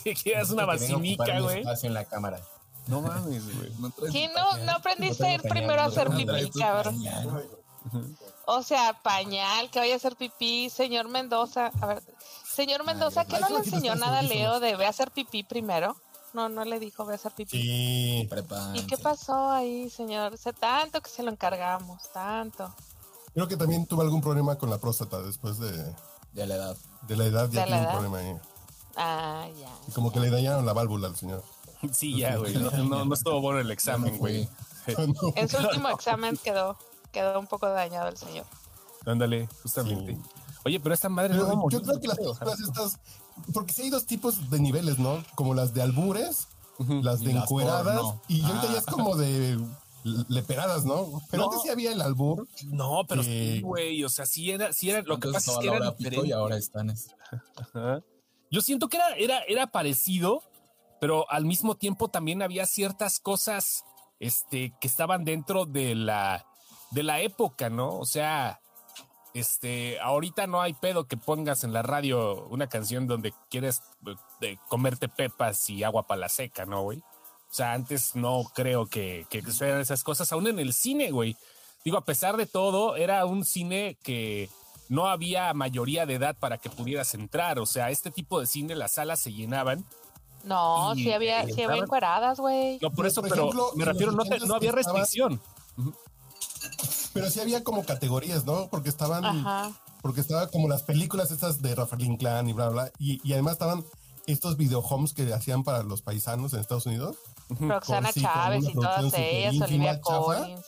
A: que quieras una
B: que venga a ocupar
A: vacinica,
B: mi
A: güey.
B: espacio en la cámara.
A: No mames, güey.
C: No traes
D: ¿Quién
C: tu
D: no, no aprendiste a ir
B: No tengo
D: primero a hacer
B: pañal,
C: pañal,
D: pipí,
C: traes tu
D: cabrón?
C: pañal.
D: O sea, pañal, que vaya a hacer pipí, señor Mendoza. A ver, señor Mendoza, ¿qué
E: ay,
D: no
E: creo
D: le
E: que no
D: enseñó
E: estás
D: nada a
E: audífonos.
D: Leo de ve a hacer pipí primero? No, no le dijo ve a hacer pipí.
E: Sí.
C: Prepa,
D: ¿Y qué
C: sí.
D: pasó ahí, señor? Sé tanto que se lo encargamos, tanto.
E: Creo que también tuve algún problema con la próstata después de, de
C: Ya la edad.
E: la edad. Ya
D: ¿De la
E: tiene un
D: edad?
E: problema ahí.
D: Ah, ya.
E: Y como que le dañaron la válvula al señor.
A: Sí, ya, güey. No, no, no estuvo bueno el examen, güey.
E: No,
D: En su último examen quedó, quedó un poco dañado el señor.
A: Ándale, justamente.
E: Sí.
A: Oye, pero esta madre no va a
E: Pero
A: morir.
E: yo creo que las películas estas. Porque sí hay dos tipos de niveles, ¿no? Como las de albures, las
C: Y
E: de
C: las
E: encueradas.
C: porno.
E: Y ahorita
C: Ah.
E: ya es como de leperadas, ¿no? Pero
A: No.
E: antes sí había el albur.
A: No, pero
E: Eh,
A: sí, güey. O sea, sí era, sí era. Lo que
C: Antes
A: pasa es
C: estaba
A: que
C: la
A: era
C: hora pico
A: diferente.
C: y ahora están. es-
A: Ajá. Yo siento que era, era, era parecido, pero al mismo tiempo también había ciertas cosas este, que estaban dentro de la, de la época, ¿no? O sea, este, ahorita no hay pedo que pongas en la radio una canción donde quieres eh, de comerte pepas y agua para la seca, ¿no, güey? O sea, antes no creo que, que sucedan esas cosas, aún en el cine, güey. Digo, a pesar de todo, era un cine que no había mayoría de edad para que pudieras entrar. O sea, este tipo de cine, las salas se llenaban.
D: No,
A: Y,
D: sí había,
A: eh,
D: sí había
A: estaban-
D: encueradas, güey.
A: No, por
E: Pero,
A: eso,
E: por
A: pero
E: ejemplo,
A: me
E: en los
A: refiero, no, te-
E: ochentas
A: no había
E: estaba-
A: restricción.
E: Pero sí había como categorías, ¿no? Porque estaban.
D: Ajá.
E: Porque estaba como las películas estas de Rafael Inclán y bla, bla. Y, y además estaban estos videohomes que hacían para los paisanos en Estados Unidos.
D: Roxana
E: sí, con
D: Chávez
E: una
D: y todas
E: producción súper
D: ellas,
E: íntima,
D: Olivia
E: chafa.
D: Collins.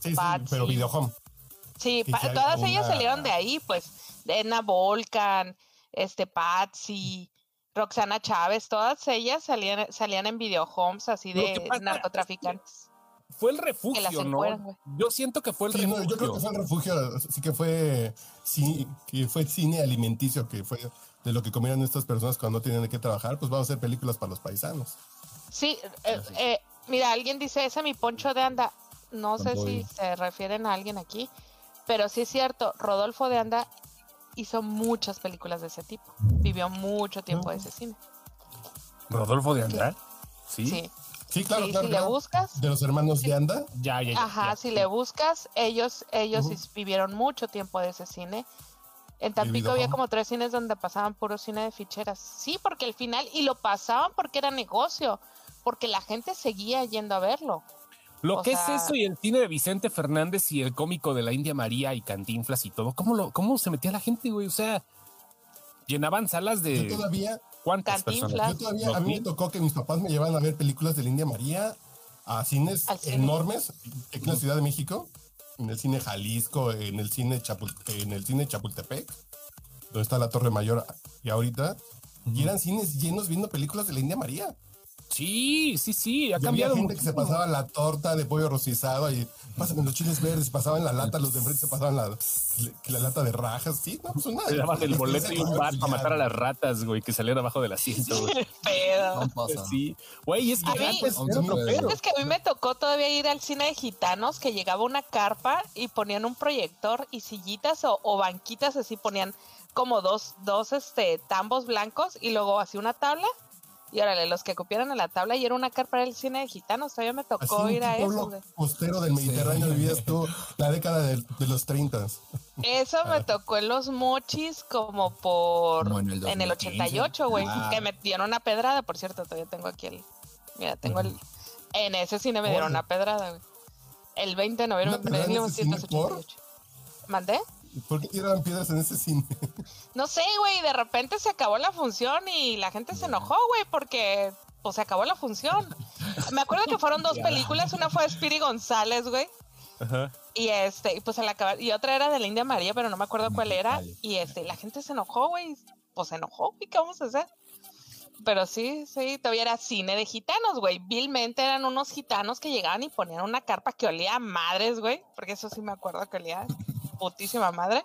E: Sí, sí,
D: Patsy.
E: pero videohome.
D: Ah, Sí,
E: que
D: pa-
E: hicieron
D: todas
E: una-
D: ellas salieron de ahí, pues. De Edna Volcan, este, Patsy, Roxana Chávez, todas ellas salían, salían en videohomes así
A: Lo
D: de
A: que pasa es que-
D: narcotraficantes.
A: Fue el
D: Que
A: refugio,
D: las
A: ¿no?
D: encueran, güey.
A: Yo siento que fue el
E: Sí, no,
A: refugio.
E: yo creo que fue el refugio, sí que fue, sí, que fue cine alimenticio, que fue de lo que comieron estas personas cuando no tienen de qué trabajar, pues vamos a hacer películas para los paisanos.
D: Sí, eh,
A: Ah,
D: eh, mira, alguien dice, ese mi poncho de anda. No sé
C: Poncho
D: si
C: de-
D: se refieren a alguien aquí, pero sí es cierto, Rodolfo de anda hizo muchas películas de ese tipo. Vivió mucho tiempo de ese cine.
A: Rodolfo de Andrá. Sí.
D: Sí.
E: Sí, claro,
D: Sí,
E: claro.
D: si le
E: claro.
D: buscas,
E: De los hermanos de Anda.
A: Ya, ya, ya,
D: Ajá,
A: ya.
D: si le buscas, ellos ellos
E: Ujú.
D: is- vivieron mucho tiempo de ese cine. En Tampico
E: videojuego.
D: había como tres cines donde pasaban puro cine de ficheras. Sí, porque al final, y lo pasaban porque era negocio, porque la gente seguía yendo a verlo.
A: Lo
D: o
A: que
D: sea-
A: es eso y el cine de Vicente Fernández y el cómico de la India María y Cantinflas y todo. ¿Cómo, lo, cómo se metía la gente, güey? O sea, llenaban salas de
E: Yo todavía,
A: cuántas
D: Cantinflas.
A: personas.
E: yo todavía,
A: ¿Dos
E: a mí me
A: mil?
E: tocó que mis papás me llevaban a ver películas de la India María a cines
D: Al cine.
E: enormes aquí en la Ciudad de México, en el cine Jalisco, en el cine, Chapul- en el cine Chapultepec, donde está la Torre Mayor y ahorita, y eran cines llenos viendo películas de la India María.
A: Sí, sí, sí, ha
E: Y
A: cambiado
E: había gente que se
A: muchísimo.
E: pasaba la torta de pollo rocizado y pásame los chiles verdes, pasaban la lata, los de enfrente se pasaban la, que la lata de rajas, sí, no, pues una.
A: Te daban el boleto y un bar para matar a las ratas, güey, que salían abajo del asiento, güey.
D: Pero.
C: No pasa.
A: Sí. Güey, es que
D: A mí-
A: antes
C: Aunque
A: era otro
C: me-
A: pedo.
D: Es que a mí me tocó todavía ir al cine de gitanos que llegaba una carpa y ponían un proyector y sillitas o, o banquitas así ponían como dos, dos este tambos blancos y luego así una tabla y órale, los que copiaron a la tabla y era una carpa del cine de gitanos, todavía me
E: Así
D: tocó
E: en
D: ir
E: tu
D: a eso.
E: pueblo
D: güey.
E: costero del Mediterráneo vivías tú la década de, de los 30.
D: Eso
E: Ah.
D: me tocó en los mochis como por
C: Como en el
D: en, el
C: 2015.
D: 88, güey,
C: Ah.
D: que me dieron una pedrada, por cierto, todavía tengo aquí el mira, tengo el en ese cine me dieron
E: Órale.
D: una pedrada, güey. El 20 de
E: ¿Una
D: noviembre de
E: pedrada en ese cine
D: 1988. ¿Mandé?
E: ¿Por qué tiraban piedras en ese cine?
D: No sé, güey, de repente se acabó la función y la gente se enojó, güey, porque pues se acabó la función. Me acuerdo que fueron dos películas, una fue de Spiri González, güey,
A: Ajá.
D: Y este, y pues al acabar, y otra era de la India María, pero no me acuerdo
C: India
D: cuál era.
C: María.
D: Y este, la gente se enojó, güey. Pues se enojó, güey, ¿qué vamos a hacer? Pero sí, sí, todavía era cine de gitanos, güey. Vilmente eran unos gitanos que llegaban y ponían una carpa que olía a madres, güey. Porque eso sí me acuerdo que olía a putísima madre.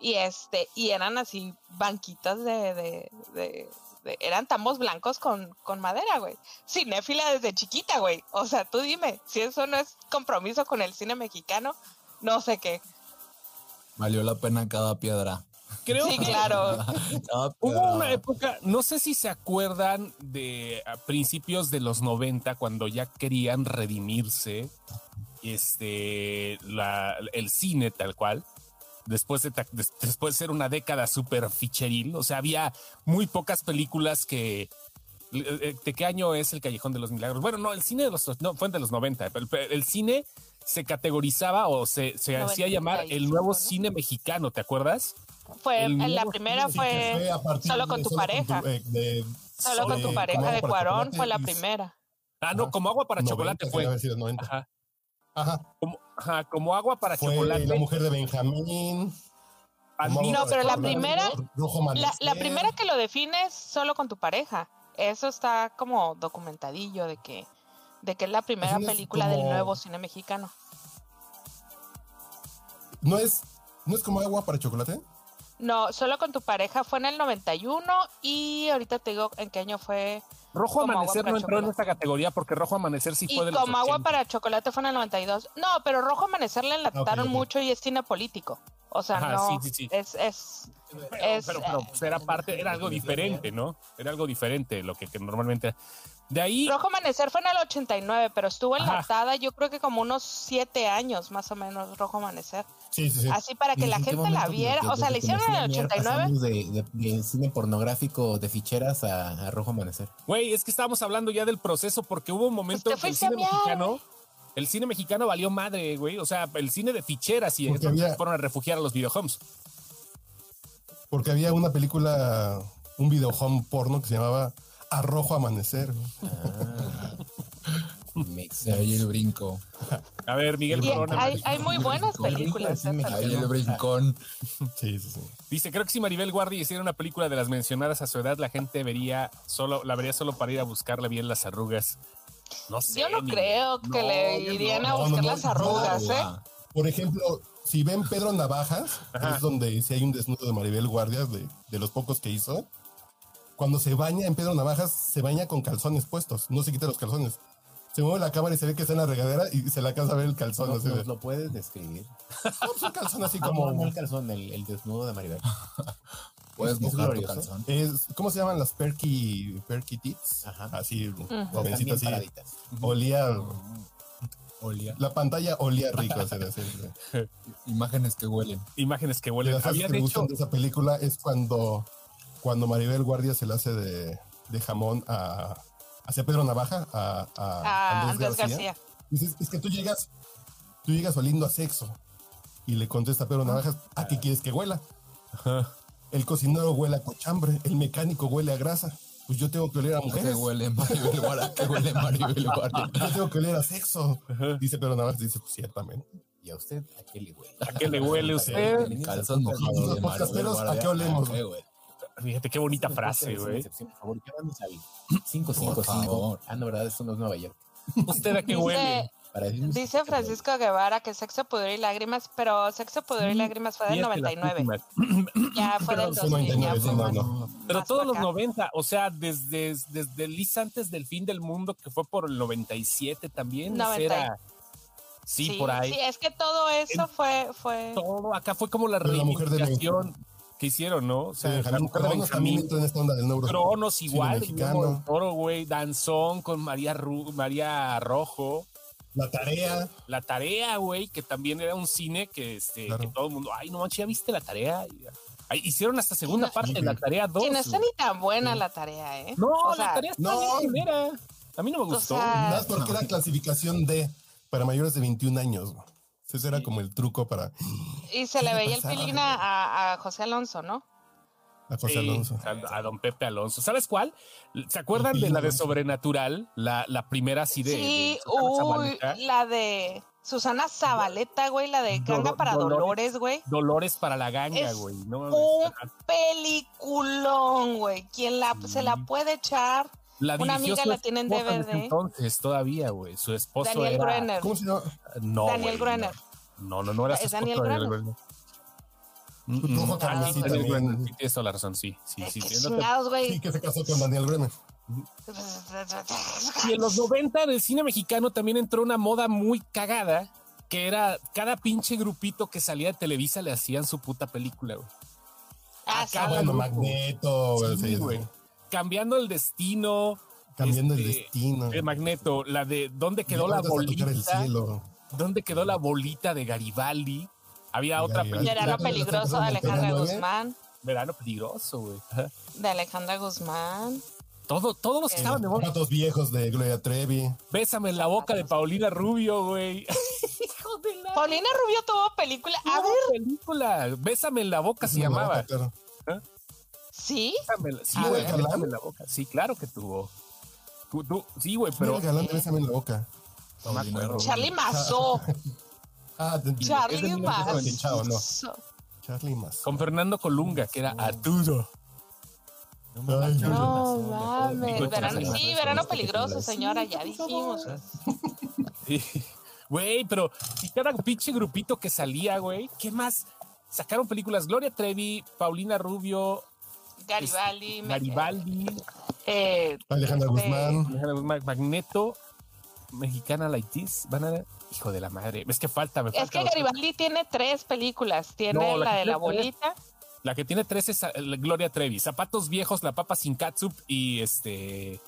D: Y este, y eran así banquitas de, de, de- de- eran tambos blancos con, con madera, güey. Cinéfila desde chiquita, güey. O sea, tú dime, si eso no es compromiso con el cine mexicano, no sé qué.
C: Valió la pena cada piedra.
A: Creo
D: Sí,
A: que
D: claro.
C: Cada
A: Hubo
C: piedra.
A: una época, no sé si se acuerdan de a principios de los 90, cuando ya querían redimirse este, la- el cine tal cual, después de, ta- des- después de ser una década súper ficheril, o sea, había muy pocas películas que... eh, ¿De qué año es el Callejón de los Milagros? Bueno, no, el cine de los... No, fue de los 90, pero el, el cine se categorizaba o se, se hacía llamar el nuevo
D: 95, ¿no?
A: cine mexicano, ¿te acuerdas?
D: Fue,
A: El
D: la
A: nuevo
D: primera
A: cine
E: Sí, que
D: fue
E: a partir
D: pues, solo con tu pareja.
E: eh, de-
D: solo con tu
E: de-
D: pareja
E: como
D: de
E: para
D: Cuarón, fue la
E: chocolate,
D: primera.
A: Ah, no,
E: Ajá.
A: como agua para
E: 90,
A: chocolate
E: sí,
A: fue.
E: debe haber sido 90.
A: Ajá.
E: Ajá.
A: Como, ajá, como agua para
E: Fue
A: chocolate.
E: la mujer de Benjamín.
A: Pan-
E: como
A: no,
D: No,
E: agua para
D: pero la
E: chocolate,
D: primera-
E: Rojo
D: La, la
E: Amanecer.
D: primera que lo define es solo con tu pareja. Eso está como documentadillo de que, de que es la primera
E: no es
D: película del
E: como-
D: nuevo cine mexicano.
E: ¿No es, ¿No es como agua para chocolate?
D: No, solo con tu pareja fue en el 91 y ahorita te digo en qué año fue.
A: Rojo
D: como agua
A: Amanecer
D: para
A: no entró en
D: chocolate.
A: esta categoría porque Rojo Amanecer sí
D: Y
A: fue de los
D: como agua
A: 80.
D: para chocolate fue en el 92. No, pero Rojo Amanecer le enlataron
E: ok.
D: mucho y es cine político. O sea,
A: Ajá,
D: no.
A: sí, sí, sí.
D: Es, es,
A: Pero,
D: es, eh,
A: pero, pero, pues, era parte, era algo diferente, ¿no? Era algo diferente lo que, que normalmente. De ahí,
D: Rojo Amanecer fue en el 89, pero estuvo
A: Ajá.
D: enlatada yo creo que como unos siete años más o menos Rojo Amanecer.
E: Sí, sí, sí.
D: Así para que
B: ¿Y en
D: la
B: qué
D: gente
B: momento
D: la
B: de-
D: viera.
B: de-
D: o
B: desde
D: sea, la
B: que
D: hicieron
B: me
D: en
B: fui a
D: el
B: mear
D: 89.
B: pasamos De, de- de cine pornográfico de ficheras a, a Rojo Amanecer.
A: güey, es que estábamos hablando ya del proceso porque hubo un momento
D: Pues te
A: en que el
D: fuiste a
A: cine
D: mear.
A: mexicano. El cine mexicano valió madre, güey. O sea, el cine de ficheras y
E: Porque
A: entonces
E: había-
A: fueron a refugiar a los videohomes.
E: Porque había una película, un video home porno que se llamaba Arrojo Amanecer. güey.
B: Ah. Makes
C: De ahí el
B: sense.
C: brinco.
A: A ver, Miguel
D: Y
A: Corona
D: hay, hay muy buenas
B: Con el ritmo
D: películas.
B: del cine
D: esas.
B: mexicano.
C: Ahí el brincón.
E: Sí, sí, sí.
A: Dice, creo que si Maribel Guardia hiciera una película de las mencionadas a su edad, la gente vería solo, la vería solo para ir a buscarle bien las arrugas. No sé.
D: Yo no
A: ni-
D: creo que le
A: yo
D: irían a
E: no,
D: buscar
E: no,
D: las
E: no,
D: arrugas, ¿eh?
E: Por ejemplo, si ven Pedro Navajas, es donde si hay un desnudo de Maribel Guardia, de, de los pocos que hizo, cuando se baña en Pedro Navajas, se baña con calzones puestos, no se quita los calzones. Se mueve la cámara y se ve que está en la regadera y se le alcanza a ver el calzón.
B: ¿Nos,
E: así de-
B: nos lo puedes describir?
E: No, pues un calzón así
B: Como
E: como...
B: el calzón, el, el desnudo de Maribel.
C: Ah, Puedes
E: es- es
C: mojar tu
E: glorioso.
C: calzón.
E: Es- ¿Cómo se llaman las perky, perky tits?
B: Ajá.
E: Así,
B: Están
E: jovencita
B: bien
E: así.
B: paraditas.
E: Olía,
C: Olía.
E: la pantalla olía rico. así de- así de-
C: Imágenes que huelen.
A: Imágenes que
E: De
A: huelen.
E: las cosas
A: Habían
E: que me gustan
A: hecho,
E: de esa película es cuando, cuando Maribel Guardia se le hace de, de jamón a, hacia Pedro Navaja, a, a
D: A
E: Andrés, García. Dices, es que tú llegas, tú llegas oliendo a sexo. Y le contesta
D: Ah.
E: a Pedro Navajas, ¿a qué quieres que huela? El cocinero huele a cochambre, el mecánico huele a grasa. Pues yo tengo que oler a
C: Que
E: mujeres.
C: huele Maribel Guardia. Que huele Maribel Guardia.
E: Yo tengo que oler a sexo. Dice Pedro Navajas, dice, pues ciertamente.
B: ¿Y a usted a qué le huele?
A: ¿A qué le huele usted?
C: El calzón mojado
E: Los
C: de Maribel
E: podcasteros, ¿a
C: Guardia.
E: qué olemos?
C: Ah, qué huele.
A: Fíjate qué bonita frase, güey.
B: Por favor, ¿qué vamos a ver? 555.
C: favor.
B: Ah, no, ¿verdad? Eso no es Nueva York.
A: ¿Usted a qué huele?
D: Dice,
B: Para decirnos-
D: dice Francisco Guevara que Sexo, Pudor y Lágrimas, pero Sexo, Pudor y Lágrimas fue del
A: Diez de las
D: 99.
A: últimas.
D: Ya fue del
E: Pero fue
D: 2000. ya fue
E: 99, sí, no,
D: más-
E: no.
A: Pero
D: más
A: todos
D: para
A: los
D: acá.
A: 90, o sea, desde, desde el Liz antes del fin del mundo, que fue por el 97 también. ese
D: 90.
A: Era, sí, por ahí.
D: Sí, es que todo eso fue, fue
A: Todo acá fue como la
E: Pero la mujer de
A: reivindicación que hicieron, ¿no? O sea,
E: Sí,
A: la
E: Benjamín
A: mujer de
E: Cronos también
A: Benjamín.
E: entra en esta onda del neuro.
A: Cronos igual,
E: Cine
A: Guillermo del
E: mexicano.
A: Toro, güey, Danzón con María, Ru- María Rojo,
E: La tarea.
A: La Tarea, güey, que también era un cine que, este,
E: Claro.
A: que todo el mundo, ay, no manches, ¿ya viste La Tarea? Y- ay, hicieron hasta segunda
D: Sí,
A: parte de
E: sí.
A: La Tarea 2.
D: Sí, no está
A: güey.
D: ni tan buena la tarea, ¿eh?
A: No,
D: O
A: La
D: sea,
A: Tarea está
E: no.
A: bien primera. A mí no me
D: o
A: gustó.
D: sea,
E: Más porque era clasificación D para mayores de 21 años. güey. Ese era como el truco para
D: y se le
E: ¿qué le
D: veía el
E: pasaba,
D: pilín a, a- a José Alonso, ¿no?
E: a José
A: Sí,
E: Alonso.
A: A, a don Pepe Alonso. ¿Sabes cuál? ¿Se acuerdan
E: Sí,
A: de la de
E: Alonso.
A: Sobrenatural? La, la primera así de.
D: sí,
A: de Susana
D: uy,
A: Zabaleta.
D: la de Susana Zabaleta, güey, la de Ganga
A: Dolor-
D: para
A: Dolores.
D: Dolores, güey.
A: Dolores para la ganga,
D: Es
A: güey. No, Este, mames.
D: Un peliculón, güey. Quien la, se
A: Mm.
D: la puede echar.
A: la
D: una
A: dirigió
D: amiga
A: su
D: la tiene en
A: esposa ese
D: DVD.
A: Entonces, todavía, güey. Su esposo
D: Daniel
A: era.
D: Gruener.
E: ¿Cómo se llama?
A: No,
D: Daniel
A: güey,
D: Gruener.
A: No, no, no era su
D: Es
A: esposo.
D: Daniel
A: Daniel
D: Gruener.
A: Gruener.
E: No,
A: Ah,
E: también, sí,
A: Daniel
E: también.
A: Gruener. Sí, tienes toda la razón, sí. Sí, sí.
D: Qué
A: sí. No te-
D: chingados,
E: Sí,
D: güey.
E: que se casó con Daniel Bremer.
A: Ah, Y en los 90 del cine mexicano también entró una moda muy cagada, que era cada pinche grupito que salía de Televisa le hacían su puta película, güey.
D: Ah, sí.
A: Ah,
E: Ah, bueno, Magneto.
A: Sí,
E: sí,
A: güey. Cambiando el destino.
E: Cambiando el
A: este,
E: destino.
A: de Magneto, la de dónde quedó la
E: Llegaste hasta tocar el
A: bolita,
E: cielo.
A: dónde quedó la bolita de Garibaldi. Había otra
E: Garibaldi.
A: película,
D: Verano
E: Claro, ya
D: peligroso de
E: estamos en el
D: Alejandra
E: verano, ¿eh?
D: Guzmán.
A: verano peligroso, güey. Ajá.
D: De Alejandra Guzmán.
A: Todo, todos los que
D: Eh,
A: estaban de moda.
E: Zapatos viejos de Gloria Trevi.
A: Bésame en la boca de Paulina Rubio, güey. Hijo de la
D: Paulina Rubio tuvo película. Ah, A ver,
A: película. Bésame en la boca se
E: No,
A: llamaba.
E: claro.
D: sí.
A: Bésame la- sí,
E: Ah,
A: güey,
E: ¿era galán?
A: bésame en la boca. Sí, claro que tuvo. Tú- tú- sí, güey, pero
E: Pero el galán de Bésame en la boca.
A: no me acuerdo. güey.
D: Charlie Mazó.
E: Ah, de- es de
D: Charlie
E: 1990, chao, no.
D: Mazó.
E: Charlie Mas.
A: Con Fernando Colunga, que era Arturo.
E: Ay,
D: No
E: Charlie Mas.
D: mames.
A: Digo,
D: Verano,
A: Charlie
D: sí,
A: Mazó,
D: verano
A: este que
D: peligroso,
A: te
D: señora. Ya dijimos.
A: Sí. Güey, pero y cada pinche grupito que salía, güey, ¿qué más? Sacaron películas Gloria Trevi, Paulina Rubio,
D: Garibaldi. me-
A: Garibaldi,
D: Eh,
E: Alejandra
D: Este-
E: Guzmán.
A: Alejandra Guzmán, Magneto, Mexicana Laitis, van a hijo de la madre, es que falta, me
D: es
A: falta
D: que
A: los-
D: Garibaldi tiene tres películas. Tiene
A: No, la
D: la
A: que
D: de la
A: tiene tres.
D: bolita.
A: la que tiene tres es eh, Gloria Trevi, Zapatos Viejos, La Papa Sin Katsup y este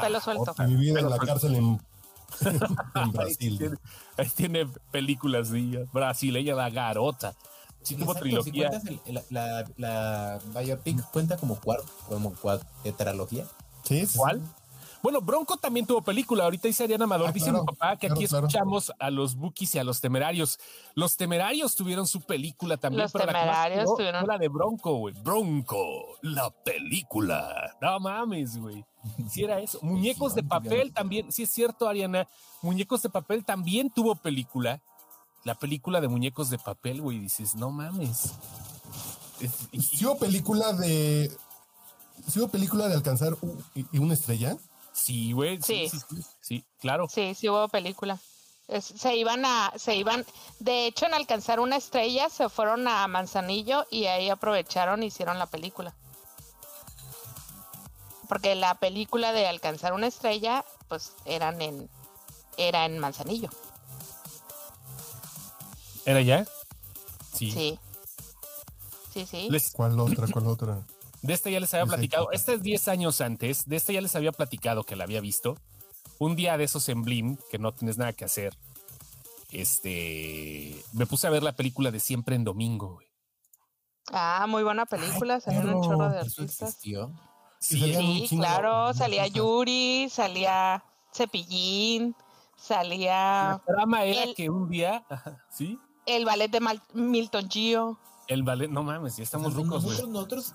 D: Pelo
A: ah,
D: suelto.
A: otra.
E: mi vida en
A: Pelo
E: la
A: suelto.
E: cárcel en, en
A: Ahí tiene,
E: Brasil.
A: ahí tiene películas de brasileña, la garota. Sí tuvo
B: Exacto,
A: trilogía.
B: Si cuentas el- la, la, la biopic cuenta como cuarto, como cuatetralogía.
E: Sí, sí, sí.
A: ¿Cuál? Bueno, Bronco también tuvo película. Ahorita dice Ariana Amador,
E: Ah,
A: dice
E: claro,
A: mi papá, que aquí
E: claro, claro.
A: escuchamos a los Bookies y a los Temerarios. Los Temerarios tuvieron su película también.
D: Los
A: pero la que más
D: Temerarios
A: pegó
D: tuvieron-
A: fue la de Bronco, güey. Bronco, la película. No mames, güey. Si era eso. Muñecos de papel también. Sí, es cierto, Ariana. Muñecos de papel también tuvo película. La película de muñecos de papel, güey. Dices, no mames. Es- y-
E: ¿Sí hubo película de. ¿Sí hubo película de alcanzar u- y- y una estrella?
A: Sí, güey. Sí, sí,
D: Sí.
A: sí, sí, claro.
D: Sí, sí hubo película. Es- se iban a, se iban, de hecho en alcanzar una estrella se fueron a Manzanillo y ahí aprovecharon e hicieron la película. Porque la película de alcanzar una estrella, pues eran en, era en Manzanillo.
A: ¿Era ya? Sí.
D: Sí. Sí, sí.
A: Les-
E: ¿Cuál otra? ¿Cuál otra?
A: de esta ya les había
E: Esa
A: platicado.
E: época.
A: Esta es 10 años antes. De esta ya les había platicado que la había visto. Un día de esos en Blim, que no tienes nada que hacer. Este. Me puse a ver la película de Siempre en Domingo, güey.
D: Ah, muy buena película, salieron un chorro de
B: Eso
D: artistas.
B: existió.
E: Sí,
A: Sí,
E: salía- un
D: Sí,
E: chingo de-
D: claro,
E: de
D: salía
E: cosas.
D: Yuri, salía Cepillín, salía
A: la trama era
D: Ah, el-
A: que un día. Ajá, ¿Sí?
D: el ballet de Mal- Milton Gio.
A: El ballet. No mames, ya estamos
B: O sea,
A: rucos, güey.
B: nosotros, nosotros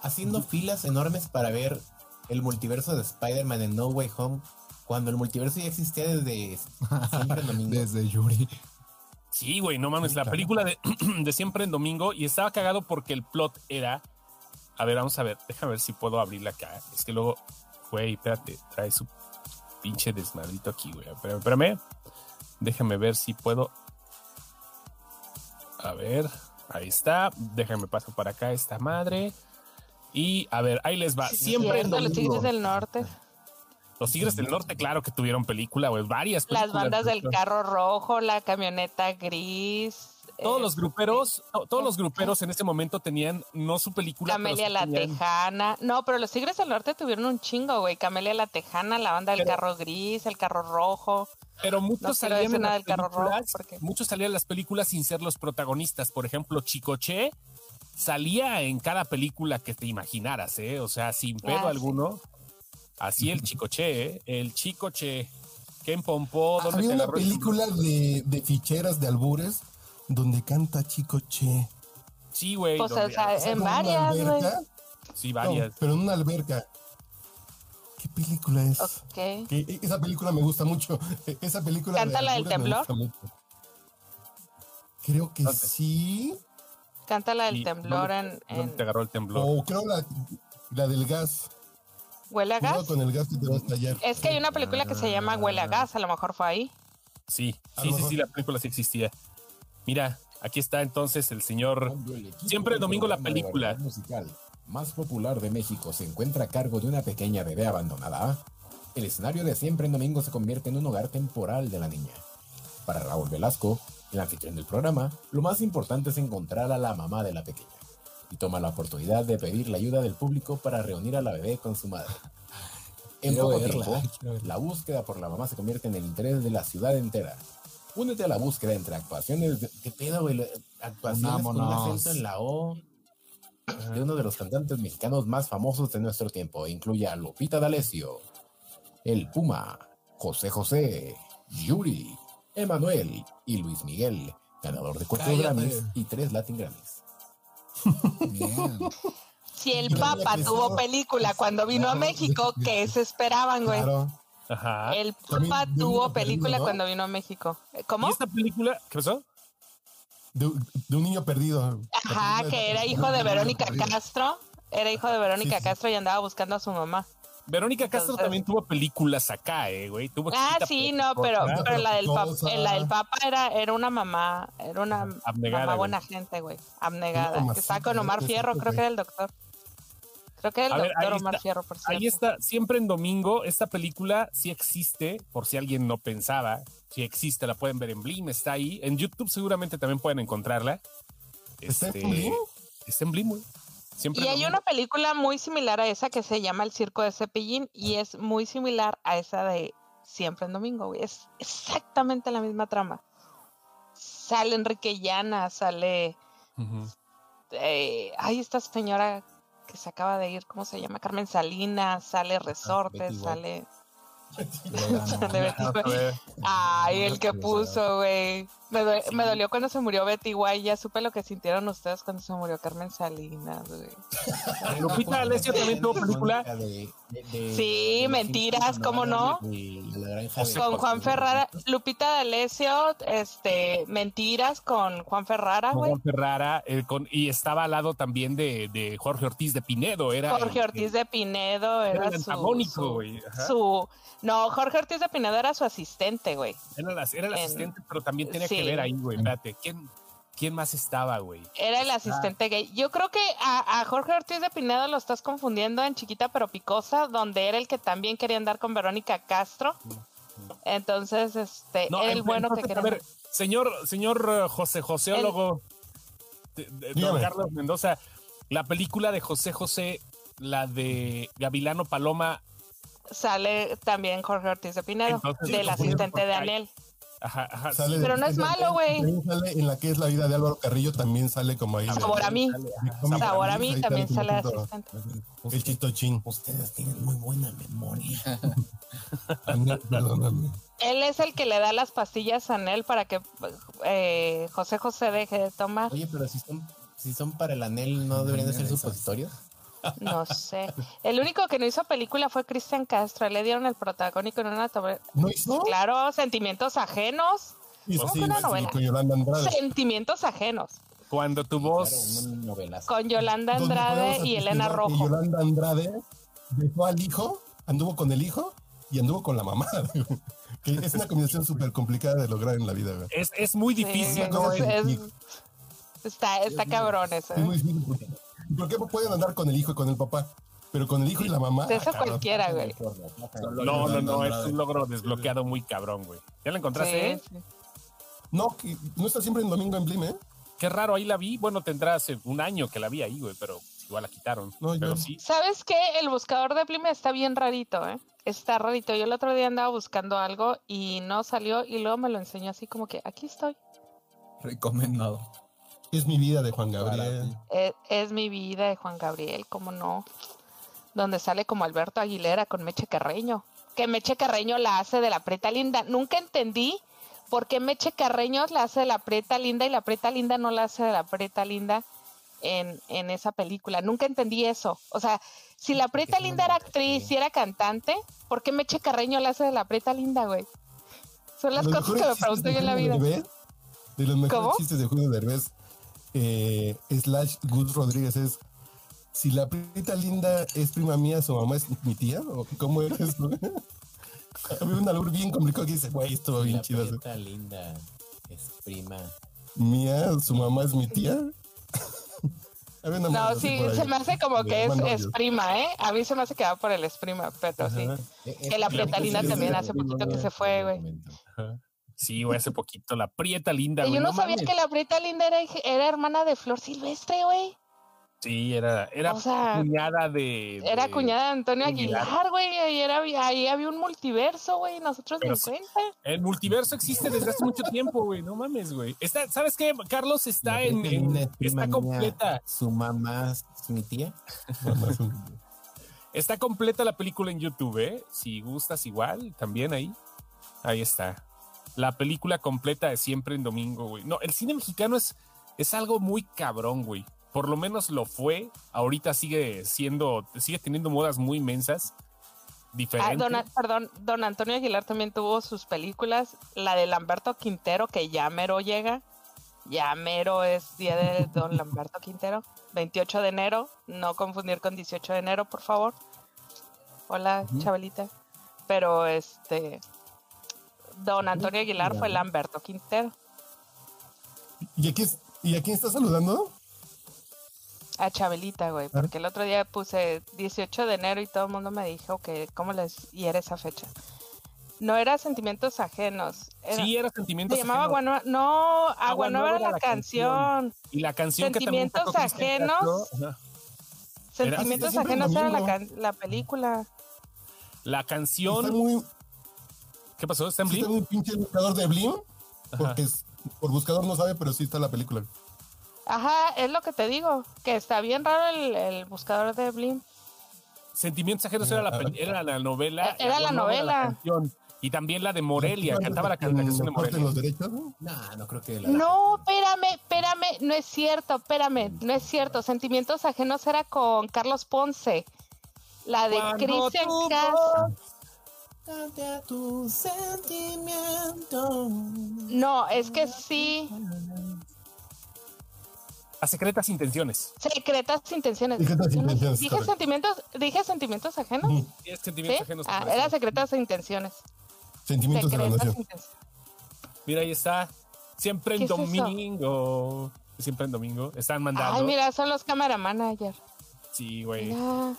B: haciendo filas enormes para ver el multiverso de Spider-Man en No Way Home, cuando el multiverso ya existía desde siempre en domingo.
C: Desde Yuri.
A: Sí, güey, no mames.
E: Sí,
A: la
E: claro.
A: película de, de siempre en domingo y estaba cagado porque el plot era. A ver, vamos a ver. Déjame ver si puedo abrirla acá. Es que luego, güey, espérate, trae su pinche desmadrito aquí, güey. Espérame, espérame. Déjame ver si puedo. A ver, ahí está. Déjame paso para acá esta madre. Y a ver, ahí les va.
D: Sí,
A: Ah, Siempre en
D: cierto, los
A: domingo.
D: Tigres del Norte,
A: Los Tigres del Norte, claro que tuvieron película, güey. Varias
D: las
A: películas.
D: bandas del
A: güey.
D: carro rojo, la camioneta gris,
A: Todos
D: eh,
A: los gruperos, to- todos los gruperos en ese momento tenían no su película. pero
D: Camelia
A: sí
D: la
A: tenían-
D: Tejana. No, pero los Tigres del Norte tuvieron un chingo, güey. Camelia la Tejana, la banda del
A: Pero-
D: carro gris, el carro rojo.
A: Pero muchos
D: No quiero
A: salían
D: decir
A: en
D: nada
A: las
D: del carro rojo,
A: películas,
D: porque-
A: muchos salían en las películas sin ser los protagonistas. Por ejemplo, Chicoche salía en cada película que te imaginaras, ¿eh? O sea, sin pedo
D: Ah, sí.
A: alguno. Así el Chicoche, ¿eh? El Chicoche. Ken
D: Ah,
A: Pompó, ¿dónde
E: Había
A: te
E: una
A: agarró el-
E: película de, de ficheras de albures donde canta Chico Che.
A: Sí, güey.
D: Pues, o
A: donde-
D: sea,
E: O sea,
D: en
E: como una
D: varias, güey.
E: alberca,
A: sí,
E: no,
A: varias.
E: pero en una alberca. Qué ¿Qué película es?
D: Ok.
E: Que- e- esa película me gusta mucho. E- Esa película. de
D: ¿Canta la del
E: Honduras me
D: temblor?
E: gusta mucho. Creo que
B: Ah,
A: Ok.
E: sí.
D: Canta la del
A: Y
D: temblor
A: ¿dónde-
D: en,
A: dónde
D: en-
A: te agarró el
D: Oh,
A: temblor?
E: O creo la, la del gas.
D: Huele a
E: Cuidado
D: gas. Eh,
E: con el gas que te va a estallar.
D: Es que hay una película que se llama Huele a gas, a lo mejor fue ahí.
A: Sí,
E: A
A: sí,
E: lo
A: sí, sí,
E: mejor.
A: la película sí existía. Mira, aquí está entonces el señor. Siempre el domingo la película.
F: musical más popular de México se encuentra a cargo de una pequeña bebé abandonada. El escenario de siempre en domingo se convierte en un hogar temporal de la niña. Para Raúl Velasco, el anfitrión del programa, lo más importante es encontrar a la mamá de la pequeña y toma la oportunidad de pedir la ayuda del público para reunir a la bebé con su madre. En
B: Quiero
F: poco
B: verla,
F: tiempo,
B: quiero verla.
F: la búsqueda por la mamá se convierte en el interés de la ciudad entera. Únete a la búsqueda entre actuaciones. de- ¿Qué pedo, güey? Lo- Actuaciones con un
B: Unámonos.
F: acento en la O de uno de los cantantes mexicanos más famosos de nuestro tiempo. Incluye a Lupita D'Alessio, El Puma, José José, Yuri, Emanuel y Luis Miguel, ganador de cuatro
B: Cállate.
F: Grammys y tres Latin Grammys.
C: Bien.
D: Si el
E: Yo había
D: Papa
E: pensado-
D: tuvo película cuando vino a
E: Claro.
D: México, ¿qué se esperaban, güey?
E: Claro.
A: Ajá.
D: El
E: También
D: Papa
E: de un
D: tuvo
E: niño
D: película
E: perdido, ¿no?
D: cuando vino a México.
A: ¿Y
D: ¿Cómo?
A: esta película? ¿Qué pasó?
E: De, de un niño perdido.
D: Ajá, que era hijo de Verónica Castro. Era hijo de Verónica
E: sí.
D: Castro y andaba buscando a su mamá.
A: Verónica Castro
D: Entonces- eh.
A: también tuvo películas acá, eh, güey. Tuvo
D: Ah,
A: Chiquita
D: sí,
A: Popi-
D: no, pero,
A: Popi-
D: pero la, del pap-
E: Cosa.
D: eh, la del Papa era, era una mamá, era una
A: Abnegada,
D: mamá
A: güey.
D: buena gente, güey. Abnegada.
E: Una
D: que estaba
E: mamacita,
D: con Omar
E: ¿no?
D: Fierro,
E: Exacto,
D: creo que
E: güey.
D: era el doctor. Creo que era
A: A
D: el
A: ver,
D: doctor
A: ahí
D: Omar
A: está-
D: Fierro, por cierto.
A: Ahí está, siempre en domingo. Esta película sí existe, por si alguien no pensaba. Si existe, la pueden ver en Blim, está ahí. En YouTube seguramente también pueden encontrarla. Este,
E: ¿Está en Blim?
A: Está en Blim, güey. Siempre
D: Y
A: en
D: hay
A: domingo.
D: una película muy similar a esa que se llama El Circo de Cepillín y es muy similar a esa de Siempre en Domingo, güey. Es exactamente la misma trama. Sale Enrique Llana, sale.
A: Ujú.
D: Eh, ay, esta señora que se acaba de ir, ¿cómo se llama? Carmen Salinas,
A: Ah,
D: sale
B: Betty
D: Resortes,
B: White.
D: sale.
B: Vegano.
D: sale Betty
A: Vamos a
D: White.
A: ver.
D: Ay, el que
B: Resortes,
D: puso, güey. Me, due-
A: Sí.
D: me dolió cuando se murió Betty White. Ya supe lo que sintieron ustedes cuando se murió Carmen Salinas, güey.
A: Lupita Alessio también tuvo película.
B: De- de- de-
D: Sí,
B: de-
D: mentiras, ¿cómo no?
B: de la granja de-
D: con Juan Ferrara, Lupita D'Alessio, este, mentiras con Juan Ferrara,
A: Con
D: güey.
A: Juan Ferrara, eh, con- y estaba al lado también de, de Jorge Ortiz de Pinedo. Era
D: Jorge Ortiz de Pinedo
A: era
D: era
A: el
D: su,
A: antagónico,
D: su-
A: güey. Ajá.
D: su- no, Jorge Ortiz de Pinedo era su asistente, güey.
A: Era, la- era el
D: en-
A: asistente, pero también tenía que
D: sí.
A: ver ahí, güey. Espérate, ¿quién, quién más estaba, güey?
D: Era el asistente gay. Yo creo que a, a Jorge Ortiz de Pinedo lo estás confundiendo en Chiquita pero Picosa, donde era el que también quería andar con Verónica Castro. Entonces, este, era el
A: en-
D: bueno que
A: entonces,
D: quería.
A: A ver, señor, señor eh, José Joseólogo, de- de- don
E: Dígame.
A: Carlos Mendoza, la película de José José, la de Gavilano Paloma,
D: Sale también Jorge Ortiz de Pinedo,
A: Entonces,
D: del
A: lo confundieron
D: asistente
A: porque
D: de
A: hay-
D: Anel.
A: ajá, ajá,
E: Sale
D: Pero
E: de-
D: no es malo, güey.
E: También sale En la que es la vida de Álvaro Carrillo también sale como ahí. de-
D: Sabor a mí.
E: de cómic
D: Sabor a
E: relief,
D: mí
E: ahí
D: también
E: como
D: sale
E: punto.
D: asistente.
E: El chistochín.
B: Ustedes tienen muy buena memoria.
E: Andrés, Perdóname.
D: Él es el que le da las pastillas a Anel para que eh, José José deje de tomar.
B: Oye, pero si son, si son para el anel, ¿no deberían de ser supositorios?
D: No sé. El único que no hizo película fue Cristian Castro. Le dieron el protagónico en una novela.
E: ¿No hizo?
D: Claro, sentimientos ajenos.
E: Hizo,
D: ¿Cómo
E: Pues sí,
D: que una
E: hizo
D: novela?
E: con Yolanda Andrade.
D: Sentimientos ajenos.
A: Cuando tu voz.
B: Claro, una novelaza.
D: Con Yolanda
E: Donde
D: Andrade
E: podemos
D: y Elena
E: atestiguar que
D: Rojo.
E: Yolanda Andrade dejó al hijo, anduvo con el hijo y anduvo con la mamá. que es una combinación súper complicada de lograr en la vida. güey.
A: Es, es muy
D: Sí,
A: difícil.
D: es-
E: ¿cómo
D: es-
E: sentir?
D: está está cabrón eso. ¿eh?
E: Es muy difícil. porque- Porque pueden andar con el hijo y con el papá, pero con el hijo y la mamá.
D: De Pues eso
E: ah, cabrón.
D: cualquiera, güey.
A: No, no, no, es
E: Andrade.
A: un logro desbloqueado muy cabrón, güey. ¿Ya la encontraste?
D: Sí, sí.
E: No, que- no está siempre en domingo en Blim, ¿eh?
A: Qué raro, ahí la vi. Bueno, tendrá hace un año que la vi ahí, güey, pero igual la quitaron.
E: No, yo-
A: pero sí.
D: ¿Sabes qué? El buscador de Blim está bien rarito, ¿eh? Está rarito. Yo el otro día andaba buscando algo y no salió y luego me lo enseñó así como que aquí estoy.
C: Recomendado.
E: Es mi vida de Juan
C: Para
E: Gabriel.
C: ti.
D: E- Es, mi vida de Juan Gabriel, ¿cómo no? Donde sale como Alberto Aguilera con Meche Carreño. Que Meche Carreño la hace de la preta linda. Nunca entendí por qué Meche Carreño la hace de la preta linda y la preta linda no la hace de la preta linda. en, en esa película. Nunca entendí eso. O sea, si la Prieta Linda era actriz y era cantante, ¿por qué Meche Carreño la hace de la Prieta Linda, güey? Son las
E: Los
D: cosas que
E: mejores
D: me
E: chistes
D: pregunto
E: de
D: yo en la
E: Eugenio
D: vida.
E: Derbez, de los mejores
D: ¿Cómo?
E: chistes de Julio Derbez, eh, slash Gus Rodríguez es, si la prita linda es prima mía, su mamá es mi tía, o cómo eres, güey? Había un albur bien complicado que dice, güey, estuvo bien
B: La
E: chido. así,
B: prieta linda es prima.
E: Mía, su mamá es mi tía. Había una madre
D: No,
E: así
D: sí,
E: por ahí.
D: se me hace como
E: De
D: que es,
E: hermano
D: es
E: obvio.
D: prima, ¿eh? A mí se me hace que va por el es prima, pero sí.
E: Ajá.
B: Eh,
D: Que la Prieta Linda
B: pues,
E: sí, sí,
D: también
E: sí,
D: hace poquito que se fue, güey.
A: Sí, güey, hace poquito. La prieta linda,
D: Y
A: güey.
D: yo no
A: no
D: sabía
A: mames.
D: que la Prieta Linda era, hij- era hermana de Flor Silvestre, güey.
A: Sí, era, era
D: O sea,
A: cuñada de.
D: Era
A: de-
D: cuñada de Antonio
A: Aguilar.
D: Aguilar, güey. Ahí, era, ahí había un multiverso, güey. Nosotros
A: Pero
D: ni
A: sí.
D: cuenta.
A: El multiverso existe desde hace mucho tiempo, güey. No mames, güey. Está, ¿Sabes qué? Carlos está
B: La
A: en.
B: Prieta
A: en-
B: Linda es prima
A: está
B: mía.
A: completa.
B: Su mamá es mi tía.
E: Mamá es un-
A: Está completa la película en YouTube, ¿eh? Si gustas igual, también ahí. Ahí está. La película completa de siempre en domingo, güey. No, el cine mexicano es, es algo muy cabrón, güey. Por lo menos lo fue. Ahorita sigue siendo, sigue teniendo modas muy inmensas.
D: Ah,
A: Diferentes.
D: don, A- perdón, don Antonio Aguilar también tuvo sus películas. La de Lamberto Quintero, que ya mero llega. Ya mero es día de don Lamberto Quintero. 28 de enero. No confundir con 18 de enero, por favor. Hola, Chabelita. Pero este. Don Antonio Aguilar fue Lamberto Quintero.
E: ¿Y, aquí, es- ¿Y a quién está saludando?
D: A Chabelita, güey. Porque el otro día puse 18 de enero y todo el mundo me dijo que cómo les hiere esa fecha. No era sentimientos ajenos. Era,
A: Sí, era
D: Se
A: Sentimientos
D: llamaba
A: Ajenos.
D: Aguanueva. No, Aguanueva era la, canción.
A: Y la canción que también
D: Sentimientos
A: sacó Cristian Castro,
D: Ajenos.
A: ajá. Era-
D: Sentimientos
E: Siempre en
D: ajenos era la,
E: domingo.
D: can- la película.
A: La
E: Está
A: canción.
E: muy,
A: ¿Qué pasó? ¿Está en
E: sí
A: Blim?
E: está muy pinche el buscador de Blim, porque es- por buscador no sabe, pero sí está la película.
D: Ajá, es lo que te digo. Que está bien raro el, el buscador de Blim.
A: Sentimientos ajenos era la, peli- era la novela.
D: Era la
A: Aguanueva
D: novela.
A: canción. y también la de Morelia. Cantaba la, can- la
E: En-
A: canción de
E: corten
A: Morelia.
E: los derechos, ¿no?
B: No, no creo que la.
D: No, espérame, espérame. No es cierto, espérame. No es cierto. Sentimientos ajenos era con Carlos Ponce. La de
A: Cuando
D: Cristian
A: tú
D: Castro.
B: Cante a tu sentimiento.
D: No, es que sí.
A: A secretas intenciones.
D: Secretas intenciones.
E: Secretas
D: Yo no-
E: intenciones,
D: Dije
E: correcto.
D: sentimientos, dije sentimientos ajenos.
E: Mm,
A: Es
D: ¿Sí?
A: sentimientos ajenos.
D: Ah,
A: me
D: era
A: parece.
D: secretas e intenciones.
E: Sentimientos de la
D: Secretas
E: nación.
D: intenciones.
A: Mira, ahí está. Siempre en
D: ¿Qué es eso?
A: domingo. Siempre en domingo. Están mandando.
D: Ay, mira, son los cameraman ayer.
A: Sí, güey.
D: Mira.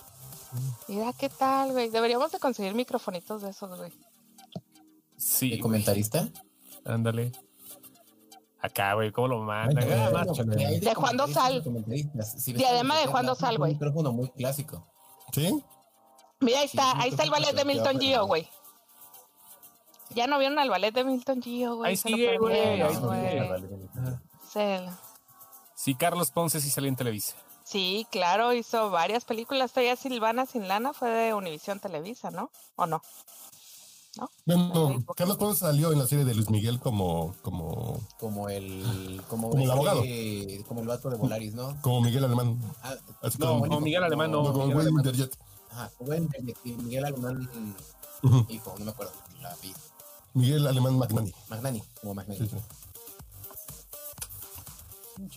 D: Mira qué tal, güey. Deberíamos de conseguir microfonitos de esos, güey.
A: Sí.
B: ¿El comentarista?
A: Ándale. Acá, güey, ¿cómo lo mandan?
E: Ay,
A: Ah,
E: güey,
A: macho.
E: chale.
D: De Juan Dosal. Diadema de Juan Dosal,
B: Sal,
D: güey.
B: Un micrófono muy clásico.
E: ¿Sí?
D: Mira, ahí está,
B: sí,
D: ahí está el ballet de
B: microfonitos,
D: Milton
B: pero-
D: Gio, güey. Ya no vieron al ballet de Milton Gio, güey.
A: Ahí
D: se lo
A: sigue, güey,
D: perdieron,
A: ahí sigue.
D: güey. Se lo-
A: Sí, Carlos Ponce sí salió en Televisa.
D: Sí, claro, hizo varias películas. Todavía Silvana Sin Lana fue de Univisión Televisa, ¿no? ¿O no?
E: Bueno, Carlos Ponce salió en la serie de Luis Miguel como, como,
B: Como el. Como,
E: Como el abogado.
B: este- Como el vato de Volaris, ¿no?
E: como Miguel Alemán.
B: Ah,
E: Así
A: No,
E: como,
A: no, Miguel Alemán no.
E: no, como
A: Miguel
E: Will
A: Alemán.
E: Winterjet.
B: Ajá, bueno, Miguel Alemán,
E: Ujú.
B: hijo, no me acuerdo. La vi.
E: Miguel Alemán Magnani.
B: Magnani, como Magnani.
E: Sí, sí.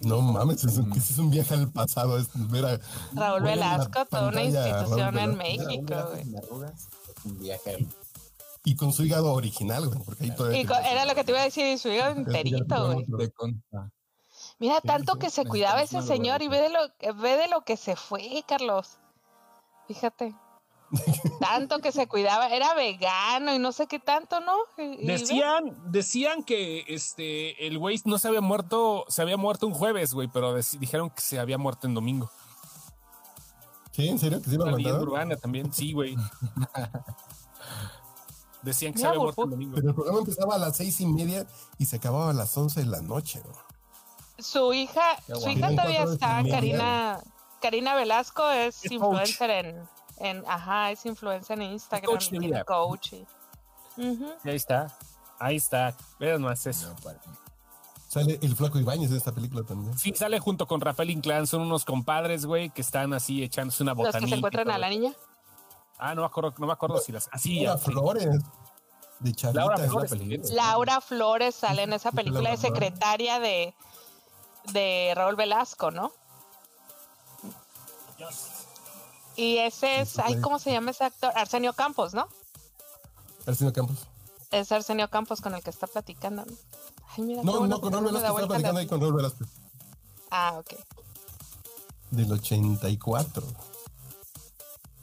E: No mames, es un, es un viaje al pasado. Es ver a,
D: Raúl
E: Bueno, la
D: Velasco, toda una
E: pantalla, Raúl
D: institución en
E: Velasco.
D: México,
B: Era un
D: güey.
B: sin arrugas, Un viaje al-
E: y con su hígado original, güey, porque ahí todavía.
D: Y co- era lo que te iba a decir, y su hígado enterito, güey.
C: Te consta.
D: Mira,
E: Sí,
D: tanto
E: sí,
D: que se
C: la
D: cuidaba ese
C: situación lo
D: señor y ve de lo, ve de lo que se fue, Carlos. Fíjate. Tanto que se cuidaba, era vegano y no sé qué tanto, ¿no? Y- y ve-
A: Decían, decían que este el güey no se había muerto, se había muerto un jueves, güey, pero dec- dijeron que se había muerto en domingo.
E: ¿Sí? ¿En serio? ¿Que se iba a
A: Una leyenda
E: aguantar?
A: urbana también, sí, güey. Decían que se
D: Mira,
A: había muerto en
D: Burbu.
A: domingo.
E: Pero el programa empezaba a las seis y media y se acababa a las once de la noche, güey.
D: su hija, su
E: guapo.
D: hija
E: Tienen
D: todavía
E: cuatro
D: está,
E: familias.
D: Karina, Karina Velasco es
A: ¿eh? Es
D: influencer en, en, ajá, es influencer en Instagram,
A: coach de
D: tiene
A: vida.
D: coach y- Ujú.
A: Ahí está, ahí está. Vean más eso.
B: no, para-
E: Sale el flaco Ibáñez en esta película también.
A: Sí, sale junto con Rafael Inclán, son unos compadres, güey, que están así echándose una botanita.
D: Los que se encuentran a la niña.
A: Ah, no me acuerdo, no me acuerdo si las... Así,
E: Laura Flores. De Chavita
A: Laura
E: es la
A: Flores,
E: película.
D: Laura Flores sale en esa película de
E: Laura Flores.
D: secretaria de, de Raúl Velasco, ¿no? Y ese es, ay, ¿cómo se llama ese actor? Arsenio Campos, ¿no?
E: Arsenio Campos.
D: Es Arsenio Campos con el que está platicando. Ay, mira, qué
E: No,
D: bueno
E: no, con
D: que
E: Raúl
D: me da
E: Velasco. Estaba
D: vuelta la-
E: platicando ahí con Raúl Velasco.
D: Ah, ok.
E: Del 84.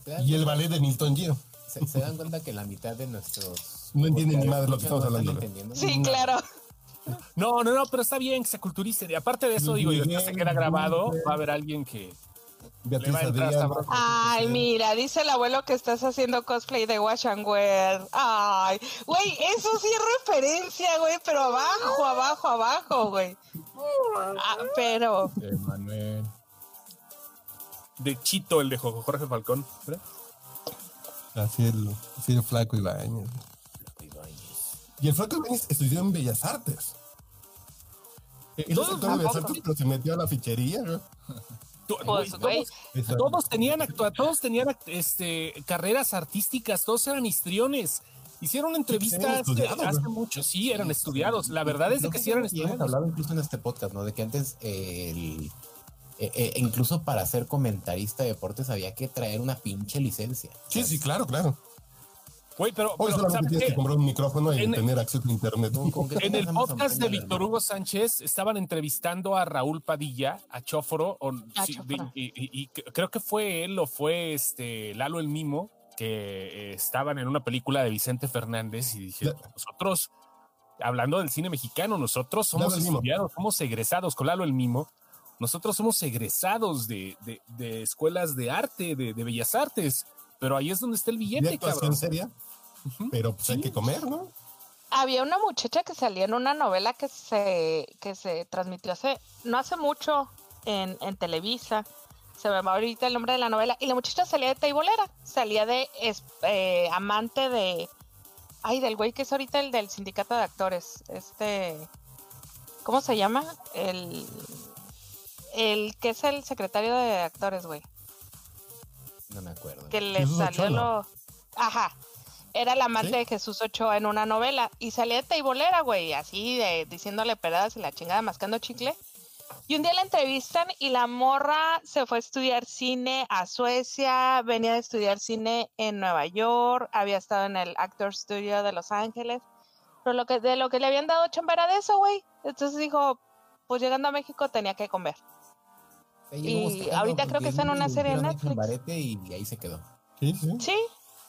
B: ¿Se dan,
E: Y el ballet de Milton Gio.
B: se, se dan cuenta que la mitad de nuestros.
E: No entienden ni
B: podcasts
E: madre de lo que
B: escuchan
E: estamos
B: no están
E: hablando.
B: entendiendo
D: Sí,
B: nada.
D: claro.
A: No, no, no, pero está bien que se culturicen. Y aparte de eso, digo, y después se queda grabado, va a haber alguien que.
E: Beatriz
A: Le va a entrar
E: Adrián.
A: sabroso.
D: Ay, mira, dice el abuelo que estás haciendo cosplay de Wash and Wear. Ay, güey, eso sí es referencia, güey, pero abajo, abajo, abajo, güey. Ah, pero,
F: Emanuel.
A: De Chito, el de Jo- Jorge Falcón. ¿verdad?
E: Así el, así el flaco Ibáñez. Y el flaco Ibáñez estudió en Bellas Artes. Eh, Él es
A: Todos,
E: actor de Bellas
D: tampoco.
E: Artes, pero se metió a la fichería. ¿no?
A: Tú-
D: pues,
A: güey,
D: güey,
E: Esa-
A: Todos tenían, actua- todos tenían act- este, carreras artísticas, todos eran histriones. Hicieron entrevistas
E: Sí, eran
A: eh,
E: estudiados,
A: hace
E: ¿no?
A: mucho, sí, eran estudiados. La verdad es de
B: Creo
A: que sí
B: ya
A: eran
B: hemos- ya hemos
A: estudiados.
B: hablado incluso en este podcast, ¿no? De que antes eh, el- eh, eh, incluso para ser comentarista de deportes había que traer una pinche licencia.
E: Sí, sí, claro, claro.
A: Güey, pero,
E: Hoy
A: pero,
E: solamente
A: ¿sabes
E: tienes
A: qué?
E: que comprar un micrófono y
A: En-
E: tener acceso a internet.
B: ¿Con- con qué
A: En el
B: comenzamos a
A: podcast de
B: montaña,
A: Víctor
B: hermano?
A: Hugo Sánchez estaban entrevistando a Raúl Padilla, a Chóforo, o-
D: A
A: sí,
D: Chóforo.
A: y, y- y creo que fue él o fue este Lalo el Mimo que eh, estaban en una película de Vicente Fernández y dije,
E: La-
A: nosotros, hablando del cine mexicano, nosotros somos
E: Lalo el Mimo.
A: estudiados, somos egresados con Lalo el Mimo, nosotros somos egresados de, de- de escuelas de arte, de, de bellas artes, pero ahí es donde está el
E: Y
A: billete,
E: actuación
A: cabrón.
E: seria, pero pues hay que comer, ¿no?
D: había una muchacha que salía en una novela que se, que se transmitió hace, no hace mucho en, en Televisa. Se me va ahorita el nombre de la novela. Y la muchacha salía de teibolera, salía de es- eh, amante de. Ay, del güey que es ahorita el del sindicato de actores. Este. ¿Cómo se llama? El. El que es el secretario de actores, güey
B: No me acuerdo.
D: que le
E: Jesús
D: salió
E: Ochoa, ¿no?
D: lo. Ajá. Era la amante
E: ¿Sí?
D: de Jesús Ochoa en una novela. Y salía de teibolera, güey, así de, diciéndole peradas y la chingada mascando chicle. Y un día la entrevistan y la morra se fue a estudiar cine a Suecia, venía de estudiar cine en Nueva York, había estado en el Actor Studio de Los Ángeles. Pero lo que, de lo que le habían dado chambera de eso, güey. Entonces dijo, pues llegando a México tenía que comer.
B: Ahí llegó
D: y
B: buscando
D: ahorita creo
B: porque
D: que está en una serie de
B: hicieron ahí
D: Netflix.
B: chambarete Y, y ahí se quedó.
E: Sí, sí.
D: Sí,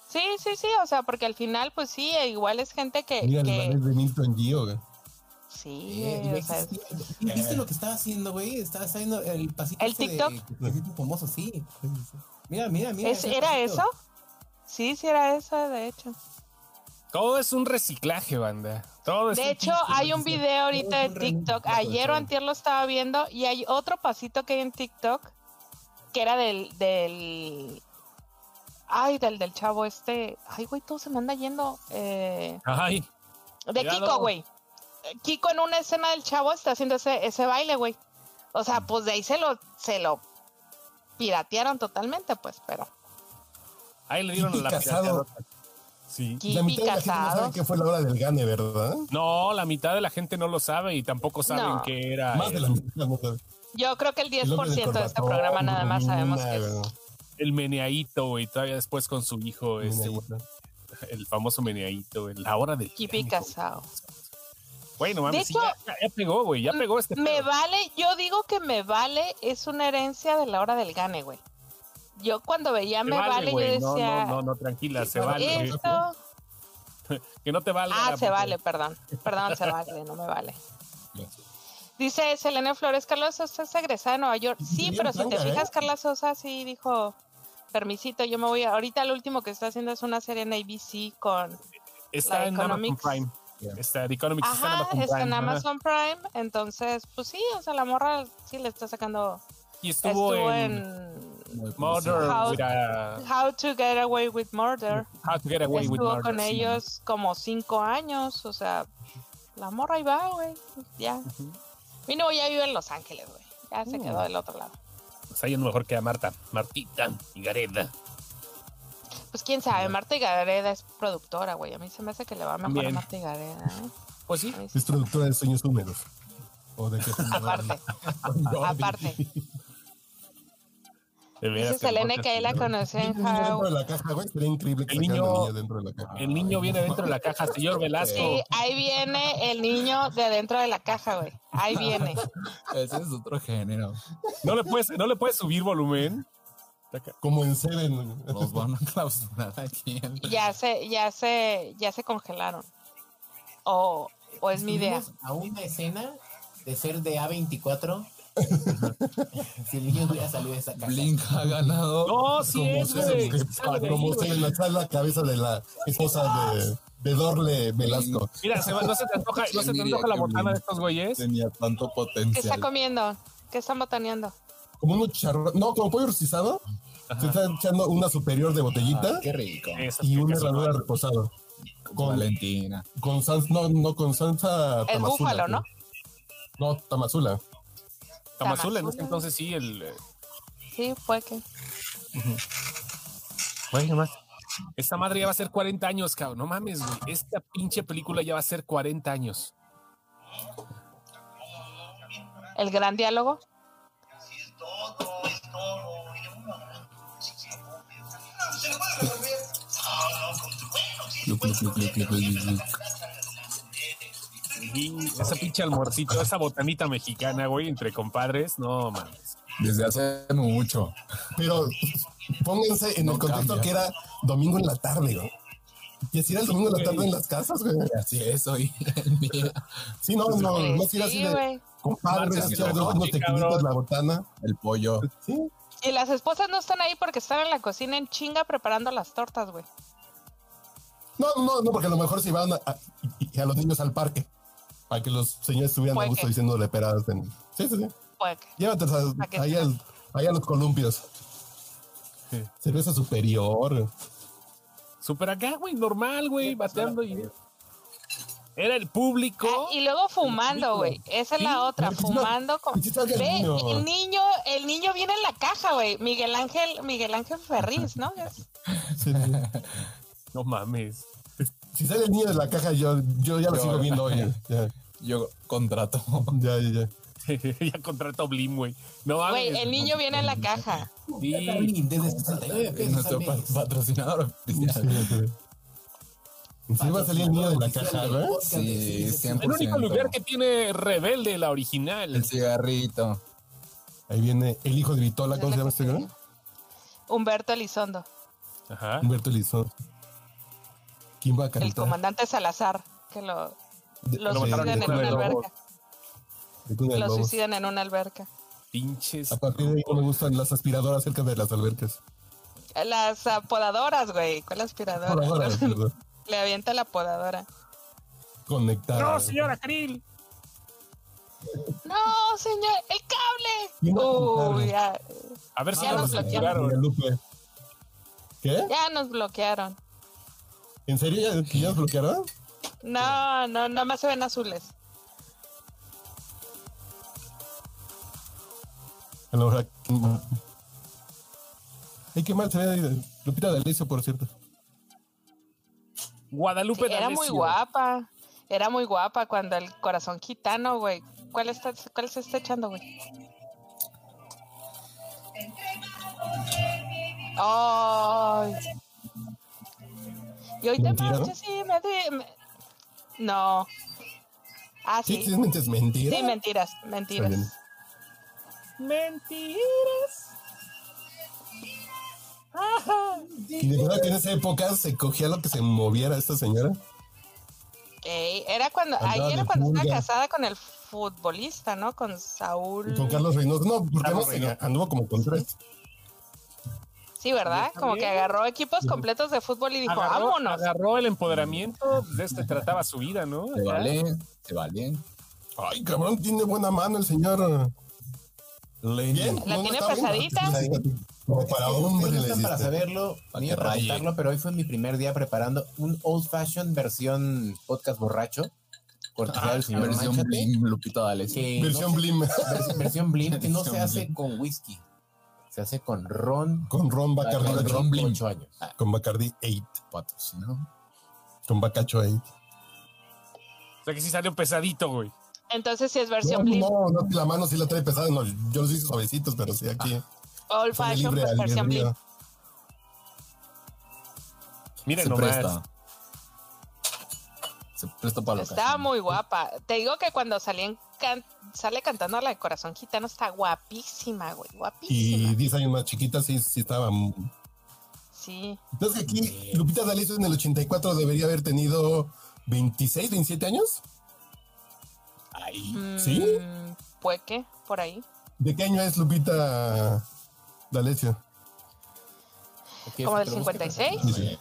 D: sí, sí, sí, o sea, porque al final, pues sí, e igual es gente que...
E: Mira el
D: que-
E: ballet de Milton Gio. güey.
D: Sí,
B: Eh,
D: o
B: güey,
D: sea,
B: sí, sí, ¿Viste lo que estaba haciendo, güey? Estaba haciendo el pasito.
D: ¿El
B: ese de-
D: TikTok?
B: que se hizo famoso, sí. Mira, mira, mira.
D: ¿es-
B: ese
D: ¿era
B: pasito.
D: eso? Sí, sí, era eso, de hecho.
A: Todo es un reciclaje, banda. Todo es
B: Pues
D: De
A: un
D: hecho,
A: pinche
D: hay un
A: reciclaje.
D: video ahorita de
B: un remix,
D: TikTok.
B: claro,
D: Ayer o
B: claro.
D: antier lo estaba viendo y hay otro pasito que hay en TikTok que era del... del... Ay, del, del chavo este. Ay, güey, todo se me anda yendo. Eh,
A: Ay.
D: de
A: Cuidado.
D: Kiko, güey. Eh, Kiko en una escena del chavo está haciendo ese, ese baile, güey. O
E: Mm.
D: sea, pues de ahí se lo, se lo piratearon totalmente, pues, pero.
A: Ahí le dieron a la
E: Kiki Casado.
A: pirateadota. Sí.
E: La
D: Kipi
E: mitad de la gente no
D: casado.
E: sabe qué fue la hora del Gane, ¿verdad?
A: No, la mitad de la gente no lo sabe y tampoco saben
D: No.
A: qué era.
E: Más de la
A: el-
E: mitad no sabe.
D: Yo creo que el
E: El hombre
D: 10% de, este
E: corbatón,
D: programa nada más sabemos que es.
E: güey.
A: El meneadito, güey. Todavía después con su hijo, este, güey, el famoso meneadito, güey. La hora del.
D: Kipi Casado.
A: Bueno, mames,
D: De
A: sí,
D: hecho,
A: ya, ya pegó, güey. Ya pegó este.
D: Me
A: pedo.
D: vale, yo digo que me vale, es una herencia de la hora del gane, güey. Yo cuando
A: Te
D: veía me vale,
A: güey.
D: yo
A: No,
D: decía.
A: No, no, no, tranquila, se
E: claro,
A: vale. güey.
D: Esto.
A: Que no te vale.
D: Ah, se vale, perdón. Perdón, se vale, no me vale. Dice Selene Flores, Carlos Sosa es egresada de Nueva York. Sí,
E: Bien
D: pero si te
E: franca, ¿eh?
D: fijas, Carla Sosa sí dijo, permisito, yo me voy. a-". Ahorita lo último que está haciendo es una serie en ABC con...
A: Está
D: la
A: en Amazon
D: Economics.
A: Prime. Está en Economics. está en
D: Ajá,
A: Amazon
D: está en
A: Prime, ajá.
D: Amazon Prime. Entonces, pues sí, o sea, la morra sí le está sacando...
A: Y estuvo,
D: Estuvo,
A: en,
D: en...
A: Murder
D: How-
A: with a-
D: How to Get Away with Murder.
A: How to Get Away with
D: Estuvo
A: Murder,
D: con
A: sí.
D: ellos como cinco años, o sea, la morra ahí va, güey, ya. Mi novio ya vive en Los Ángeles, güey. Ya se quedó del otro lado.
A: Está yendo Pues mejor que a Marta. Martita y Gareda.
D: Pues quién sabe, Marta y Gareda es productora, güey. A mí se me hace que le va mejor
A: También.
D: a Marta y Gareda. ¿eh?
A: Pues sí.
D: A mí sí.
E: Es productora de sueños húmedos. O de que
D: Aparte, aparte.
A: De veras
D: Dice
A: que el
D: Selene
A: podcast-
D: que ahí la conoció en
E: dentro de
D: How.
E: la caja, güey. Sería increíble que
A: El
E: sacaran
A: niño-
E: al niño dentro de la caja.
A: El niño viene dentro de la caja, señor Velasco.
D: Sí, ahí viene el niño de adentro de la caja, güey. Ahí viene.
C: Ese es otro género.
A: No le puedes, no le puedes subir volumen.
E: Como en Seven. güey.
C: Los van a clausurar aquí. en-
D: Ya se, ya se, ya se congelaron. O, o es mi idea.
B: Estuvimos A una escena de ser de A24. si el niño hubiera salido de esa casa.
C: Blink ha ganado.
A: No, sí
E: Como
A: es,
E: Seven,
A: güey.
E: que-
A: Sale de ahí,
E: como
A: güey.
E: Seven, la sala cabeza de la esposa de, de Dorle Velasco.
A: Mira, se va- no se te antoja, no se te
C: ¿Quién
A: antoja
C: diría
A: la
C: que
A: botana
C: Blink?
A: de estos güeyes.
C: Tenía tanto
D: ¿Qué está
C: potencial.
D: comiendo? ¿Qué están botaneando?
E: Como un charro. No, como pollo rostizado. Se está echando una superior de botellita
F: Ah, qué rico.
A: Esas
E: y una
A: chicas son-
E: herradura reposada.
C: Con
E: Con,
C: Valentina.
E: con salsa, no, no, con salsa
D: Es
E: tamazula,
D: búfalo, ¿no?
E: No, tamazula.
A: Tamazula, en ese
D: Tamazula.
A: entonces sí, el. eh,
D: Sí, fue que.
A: Güey, nomás. Esta madre ya va a ser 40 años, cabrón. No mames, güey. Esta pinche película ya va a ser 40 años.
D: El gran diálogo.
C: Luc, luc, luc, luc, luc, luc, luc.
A: Y esa pinche almorcito, esa botanita mexicana, güey, entre compadres. No mames.
C: Desde hace mucho.
E: Pero pónganse en
C: No
E: el contexto
C: cambia.
E: que era domingo en la tarde, güey. Que si era el domingo en la tarde en las casas, güey.
C: Así es hoy.
E: Sí, no, no, no si era así
D: Sí,
E: de
D: güey.
E: compadres, así
A: Martes en la
E: dos
A: noche,
E: tequilitas,
A: cabrón.
E: la botana.
C: El pollo.
E: Sí,
D: Y las esposas no están ahí porque están en la cocina en chinga preparando las tortas, güey.
E: No, no, no, porque a lo mejor se iban a, a- y- y a los niños al parque para que los señores estuvieran a
D: Puede
E: gusto
D: que.
E: diciéndole peradas. En... Sí, sí, sí.
D: Fue que.
E: Llévatelos a-
D: Pa' que
E: ahí, al- ahí a los columpios. Cerveza superior.
A: Super acá, güey, normal, güey, bateando. Y... Era el público.
D: Ah, y luego fumando, güey. Esa es la otra,
E: no,
D: fumando con.
E: hiciste algo al
D: Ve,
E: niño.
D: el niño, el niño viene en la caja, güey. Miguel Ángel, Miguel Ángel Ferriz, ¿no? Es-
E: Sí, sí.
A: No mames.
E: si sale el niño de la caja, yo, yo ya lo
C: Yo-
E: sigo viendo hoy. Ya,
C: Yo contrato.
E: ya, ya. ya.
A: ya contrató a Blim, güey. No mames.
D: Güey, el niño viene en la caja.
A: Sí.
B: Blink, Desde 69
C: Es
B: pesos
C: nuestro
B: al mes.
C: pa- patrocinador oficial.
E: Sí, va a salir el niño de la caja,
B: Oficial del
E: ¿verdad?
B: podcast de
C: Sí,
B: cine.
C: siempre.
A: El único lugar que tiene Rebelde, la original.
C: El cigarrito.
E: Ahí viene el hijo de Vitola, ¿cómo se llama este güey?
D: Humberto Elizondo,
A: Ajá.
E: Humberto Elizondo. ¿Quién va a
D: Ah. el
E: cantar?
D: comandante Salazar, que lo,
E: De-
D: lo
A: Lo
E: de-
A: mataron
D: suicidan
A: en
D: en
A: Cuna
D: una
A: de Lobos.
D: alberca.
E: de Cuna de
D: Lo
E: Lobos.
D: suicidan en una alberca.
A: Pinches.
C: Ah,
E: A partir de ahí no me gustan las aspiradoras cerca de las albercas.
D: Las apodadoras, güey. ¿Cuál aspiradora?
E: Aspiradoras, perdón.
D: Le avienta la apodadora.
E: Conectadas.
A: No, señora Krill.
D: No, señor, el cable.
E: Y no
D: Uy,
E: contarlo.
D: ya,
A: A ver si
D: Ya
A: ya
D: nos
A: nos
D: bloquearon.
A: capturaron.
E: Guadalupe. ¿Qué?
D: ya nos bloquearon.
E: ¿En serio? ¿Ya, que ya nos bloquearon?
D: No, no, nada más se ven azules.
E: A lo mejor. aquí- mm. Ay, qué mal se ve ahí. Lupita D'Alessio, por cierto.
A: Guadalupe
D: Sí, era muy
A: D'Alessio.
D: guapa. Era muy guapa cuando el corazón gitano, güey. ¿Cuál, está, ¿Cuál se está echando, güey? Ay. Y hoy te
E: ¿Mentira,
D: marcho,
E: no?
D: sí, me, di- me- No. Ah,
E: Sí,
D: sí.
E: sí, es mentira.
D: Sí, mentiras, mentiras.
E: Está bien.
A: Mentiras.
E: Y de verdad que en esa época se cogía lo que se moviera esta señora.
D: Ey, era cuando,
E: Andaba
D: ahí era
E: de
D: cuando
E: pulga.
D: estaba casada con el futbolista, ¿no? Con Saúl.
E: Y Con Carlos Reynoso. No, porque
A: Carlos
E: además
A: Reynoso.
E: anduvo como con tres.
D: Sí, ¿verdad? Como que agarró equipos completos de fútbol y dijo,
A: Agarró,
D: vámonos.
A: agarró el empoderamiento. De este trataba su vida, ¿no?
C: Se
A: Acá.
C: vale. Se vale.
E: Ay, cabrón, tiene buena mano el señor. Bien,
D: La
E: no, no
D: tiene
E: está bien,
D: pesadita.
E: Como para
B: Ustedes
E: hombre
B: no
E: le
B: están para
E: diste.
B: saberlo,
C: Pa'
B: ni
C: que
B: para
C: raye.
B: contarlo, pero hoy fue mi primer día preparando un old fashion versión podcast borracho Cortar el señor
C: Versión
B: Manchate,
C: Blim, Lupita D'Alessio.
B: que no
E: Versión
B: se-
E: Blim
B: vers- versión Blim, que no se
C: Versión
B: hace
C: Blim.
B: con whisky, se hace con ron. ah,
E: con Ron Bacardi.
B: con
C: ron
B: ron
C: Blim.
B: 8 años.
E: Con Bacardi 8.
C: Patrocinado.
E: Con Bacacho 8.
A: O sea que sí salió pesadito, güey.
D: Entonces sí es
E: No, pues
D: versión Blim.
E: no, no, la mano sí la trae pesada. No, yo los hice suavecitos, pero sí aquí.
D: Old
E: fue
D: Ah, Fashion,
E: libre
D: pues
E: al
D: versión Blim.
E: albedrío.
A: Miren
C: Se
A: nomás.
C: presta. Se presta para lo que
D: Está
C: hacen.
D: muy guapa. Te digo que cuando salí en can- sale cantando la de Corazón Gitano está guapísima, güey. Guapísima.
E: Y 10 años más chiquita, sí, sí estaba. No
D: Sí.
E: es que aquí Lupita D'Alessio en el 84 debería haber tenido 26, 27 años.
D: Mm,
E: ¿Sí?
D: Puede que, por ahí.
E: ¿De qué año es Lupita D'Alessio?
B: Ok,
D: ¿Como
B: si
D: del
B: te lo buscas,
D: 56?
E: Sí, sí.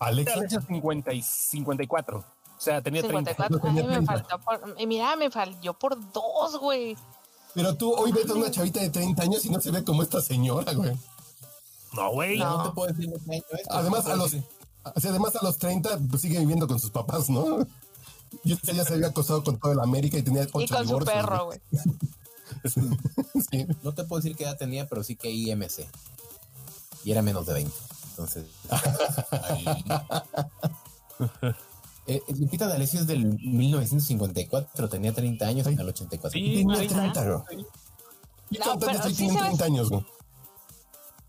E: Alexa.
A: Alexa 50 y 54. O sea, tenía 30.
D: 54.
E: Yo tenía
D: Ay, me
E: 30.
D: faltó por. y mira, me falló por dos, güey.
E: Pero tú hoy ves a una chavita de 30 años y no se ve como esta señora, güey.
A: No, güey.
B: No, no
D: No.
B: te puedo decir de qué año es, pero
E: Además, a
B: te puedo
E: los,
B: Pues, decir-
E: o sea, además a los 30 pues, sigue viviendo con sus papás, ¿no? Y este ya se había acostado con toda la América y tenía ocho
D: Y con su
E: divorcios.
D: perro, güey.
E: güey. Sí.
B: No te puedo decir qué edad tenía, pero sí que IMC. Y era menos de 20. Entonces. Eh, eh, Lupita D'Alessio es del 1954, tenía 30 años en el 84.
A: Sí,
E: Tenía
A: güey.
E: 30, güey. ¿Y
D: No,
E: cantantes
D: pero
E: hoy
D: sí
E: tienen
D: se ve-
E: 30 años, güey?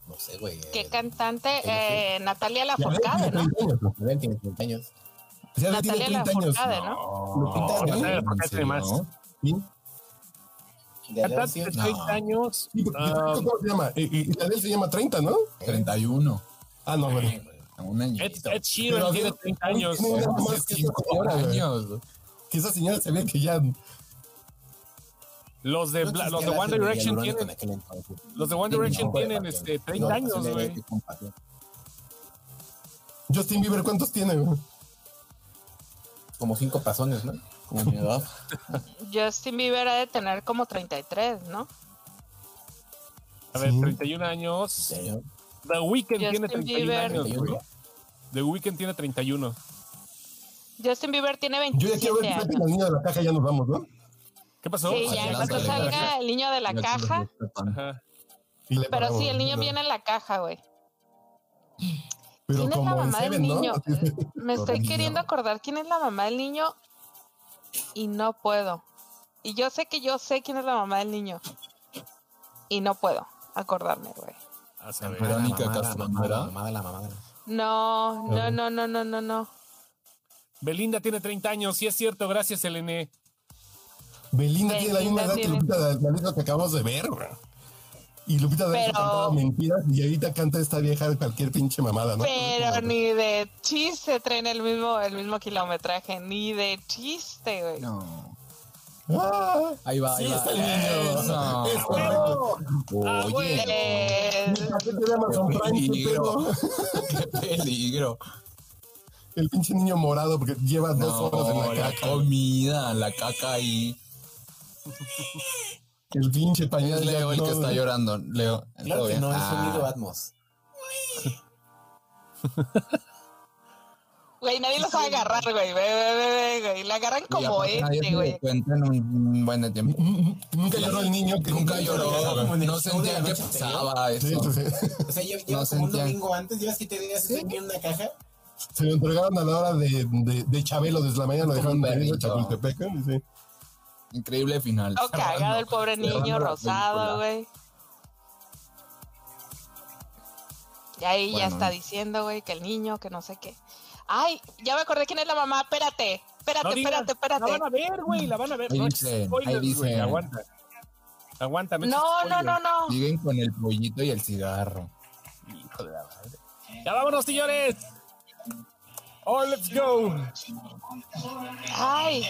B: No sé, güey. eh,
D: Qué cantante,
B: que
D: eh, Natalia
E: Ya ves, tiene
D: Lafourcade, ¿no?
E: 30 años, güey.
B: Adele tiene 30 años.
E: Ya ves, tiene
D: Natalia
E: 30 años.
D: Lafourcade, ¿no?
E: Lupita
A: No,
E: D'Alessio,
A: Natalia
C: ¿en
A: Lafourcade tiene
C: serio?
A: más.
E: Sí.
B: De
A: Cantante
B: D'Alessio,
A: de
B: no.
A: 30 años.
E: Sí, porque
A: Ah,
E: ¿cómo se llama? Y, y- y la de él se llama 30, ¿no?
C: 31.
E: Ah, no, güey.
A: Eh,
C: Un año.
A: Ed, Ed Sheeran
E: Pero,
A: tiene 30 años.
E: Tiene una más que esa señora, güey.
C: años.
E: Que esa señora se ve que ya...
A: Los de,
B: No
A: Bla-
B: existía
A: los de
B: la
A: One
B: teoría
A: Direction
B: hialurónica
A: tienen,
B: en aquel entonces.
A: los de One Direction
B: No, güey,
A: tienen,
B: papi,
A: este,
B: no,
A: 30
B: no,
A: años,
B: no,
A: güey.
B: qué compasión.
E: Justin Bieber, ¿cuántos tiene, güey?
B: Como cinco pasones, ¿no? Como mi edad.
D: Justin Bieber ha de tener como 33, ¿no?
A: a ver,
E: Sí.
A: 31 años.
B: Señor,
A: The Weeknd tiene
D: Justin
A: 31
D: Bieber.
A: años, güey.
B: 31.
A: The Weeknd tiene 31.
D: Justin Bieber tiene
E: Yo ya quiero
D: 27
E: ver
D: años.
E: que la niña de la caja ya nos vamos, ¿no?
A: ¿Qué pasó?
D: Sí, ya
C: Ojalá
D: en cuanto
C: salga.
D: salga el niño de la caja.
A: Ajá.
E: Y le
D: Pero
E: paramos,
D: sí, el niño
E: ¿no?
D: viene en la caja, güey. ¿Quién
E: Pero
D: es la
E: como en
D: mamá del
E: Seven, ¿no?
D: niño? Me estoy
C: Correcto.
D: queriendo acordar quién es la mamá del niño y no puedo. Y yo sé que yo sé quién es la mamá del niño y no puedo acordarme, güey.
A: A saber.
C: Pero- Verónica
B: mamá,
C: Castro,
B: mamá,
C: ¿verdad?
B: mamá de la mamá de la-
D: No, no, no, no, no, no, no.
A: Belinda tiene 30 años. Sí, es cierto. Gracias, Elene.
E: Belinda tiene la misma
D: Belinda
E: edad que
D: tiene-
E: Lupita D'Alessio que acabamos de ver, güey. Y Lupita D'Alessio
D: Pero-
E: cantaba mentiras y ahorita canta esta vieja de cualquier pinche mamada, ¿no?
D: Pero ni de chiste traen el mismo, el mismo kilometraje, ni de chiste, güey.
C: No.
E: Ah,
C: Ahí va,
E: sí,
C: ahí
E: es
C: va.
E: el niño.
C: Eso.
E: Es correcto.
A: Ah, güey.
C: Oye,
D: Eh,
E: La gente de Amazon Prime, qué pedo.
C: qué peligro.
E: El pinche niño morado porque lleva
C: No,
E: dos horas en la
C: la
E: caca.
C: comida, la caca ahí.
E: El pinche pañal
C: Es
E: ya
C: Leo el
E: todo.
C: que está llorando. Leo, ¿todo
B: Claro que
C: bien?
B: no, es
C: Ah,
B: sonido Atmos.
D: Güey, nadie los va a agarrar, güey. Ve, ve, ve, ve, güey. La agarran
C: y
D: como
C: aparte nadie
D: este,
C: se
D: güey.
C: dio cuenta en un, un buen de tiempo.
E: Nunca lloró el niño. que-
C: Nunca
B: lloró,
C: lloró,
B: como en el
C: no
B: show de
C: sentía
B: la
C: que
B: noche anterior.
C: pasaba
E: Sí,
C: eso.
E: entonces,
B: O sea, llevas llevas
C: No
B: como un
C: sentía.
B: domingo antes, llevas siete días en una caja.
E: se lo entregaron a la hora de, de, de Chabelo desde la mañana, lo
C: Como
E: dejaron
C: un
E: venir a
C: perrito.
E: Chapultepec. ¿no? Sí.
C: Increíble final.
D: Todo cagado el pobre niño
C: Cerrando la película.
D: rosado, güey. Y ahí ya
C: Bueno.
D: está diciendo, güey, que el niño, que no sé qué. Ay, ya me acordé quién es la mamá. Espérate, espérate,
A: No digas,
D: espérate, espérate.
A: La van a ver, güey. La van a ver.
C: Ahí
A: No,
C: dice,
A: spoilers,
C: ahí dice.
A: güey, Aguanta. Aguanta. eches
D: No, no,
A: spoilers.
D: no, no.
C: Siguen con el pollito y el cigarro.
A: Hijo de la madre. Ya vámonos, señores. Oh, let's go.
D: Ay,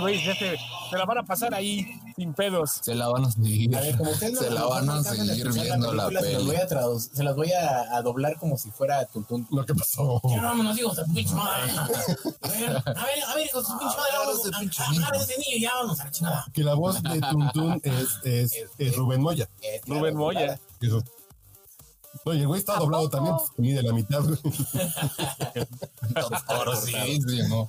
A: Güey, ya se, se la van a pasar ahí sin pedos.
C: Se la van a seguir.
B: A ver, como ustedes no-
C: Se la van a
B: no alcanzan
C: seguir
B: escuchar
C: viendo la
B: película, Se las
C: peli.
B: voy a, traduc- se las voy a, a doblar como si fuera Tuntún.
E: Lo que pasó.
B: Ya vámonos, hijos de su pinche madre. A ver, a ver, a ver, hijos de su pinche madre.
C: Agarra
B: Vámonos,
C: Ah, ese pinche
B: a-
C: niño.
B: agarra ese niño, ya vámonos a la chingada.
E: Que la voz de Tuntún es, es, es Rubén Moya.
B: Eh, claro,
A: Rubén Moya.
B: doblada.
E: Eso. No, y el güey está doblado también, pues mide la mitad. güey.
C: no.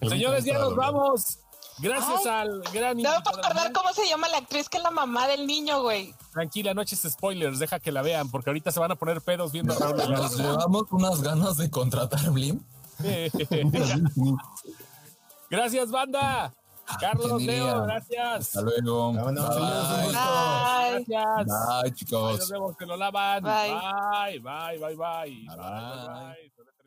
E: El güey
A: Señores, ya
E: está
A: nos
E: doblado.
A: vamos. Gracias
D: Ay.
A: al gran
D: No me
A: invitado
D: puedo
A: de la
D: acordar
A: mañana.
D: cómo se llama la actriz que es la mamá del niño, güey.
A: Tranquila, noches spoilers, deja que la vean, porque ahorita se van a poner pedos viendo a Raúl
C: Nos
A: Velasco.
C: llevamos unas ganas de contratar Blim.
A: Gracias, banda. Carlos,
C: ¿Quién diría?
A: Leo, gracias.
C: Hasta luego.
F: Vámonos,
C: Bye.
F: señores.
D: Ay.
A: Gracias.
C: Bye,
A: Ahí Nos
C: chicos.
A: vemos, que lo lavan. Bye,
D: Bye.
A: bye, bye, bye.
C: Bye.
A: bye, bye.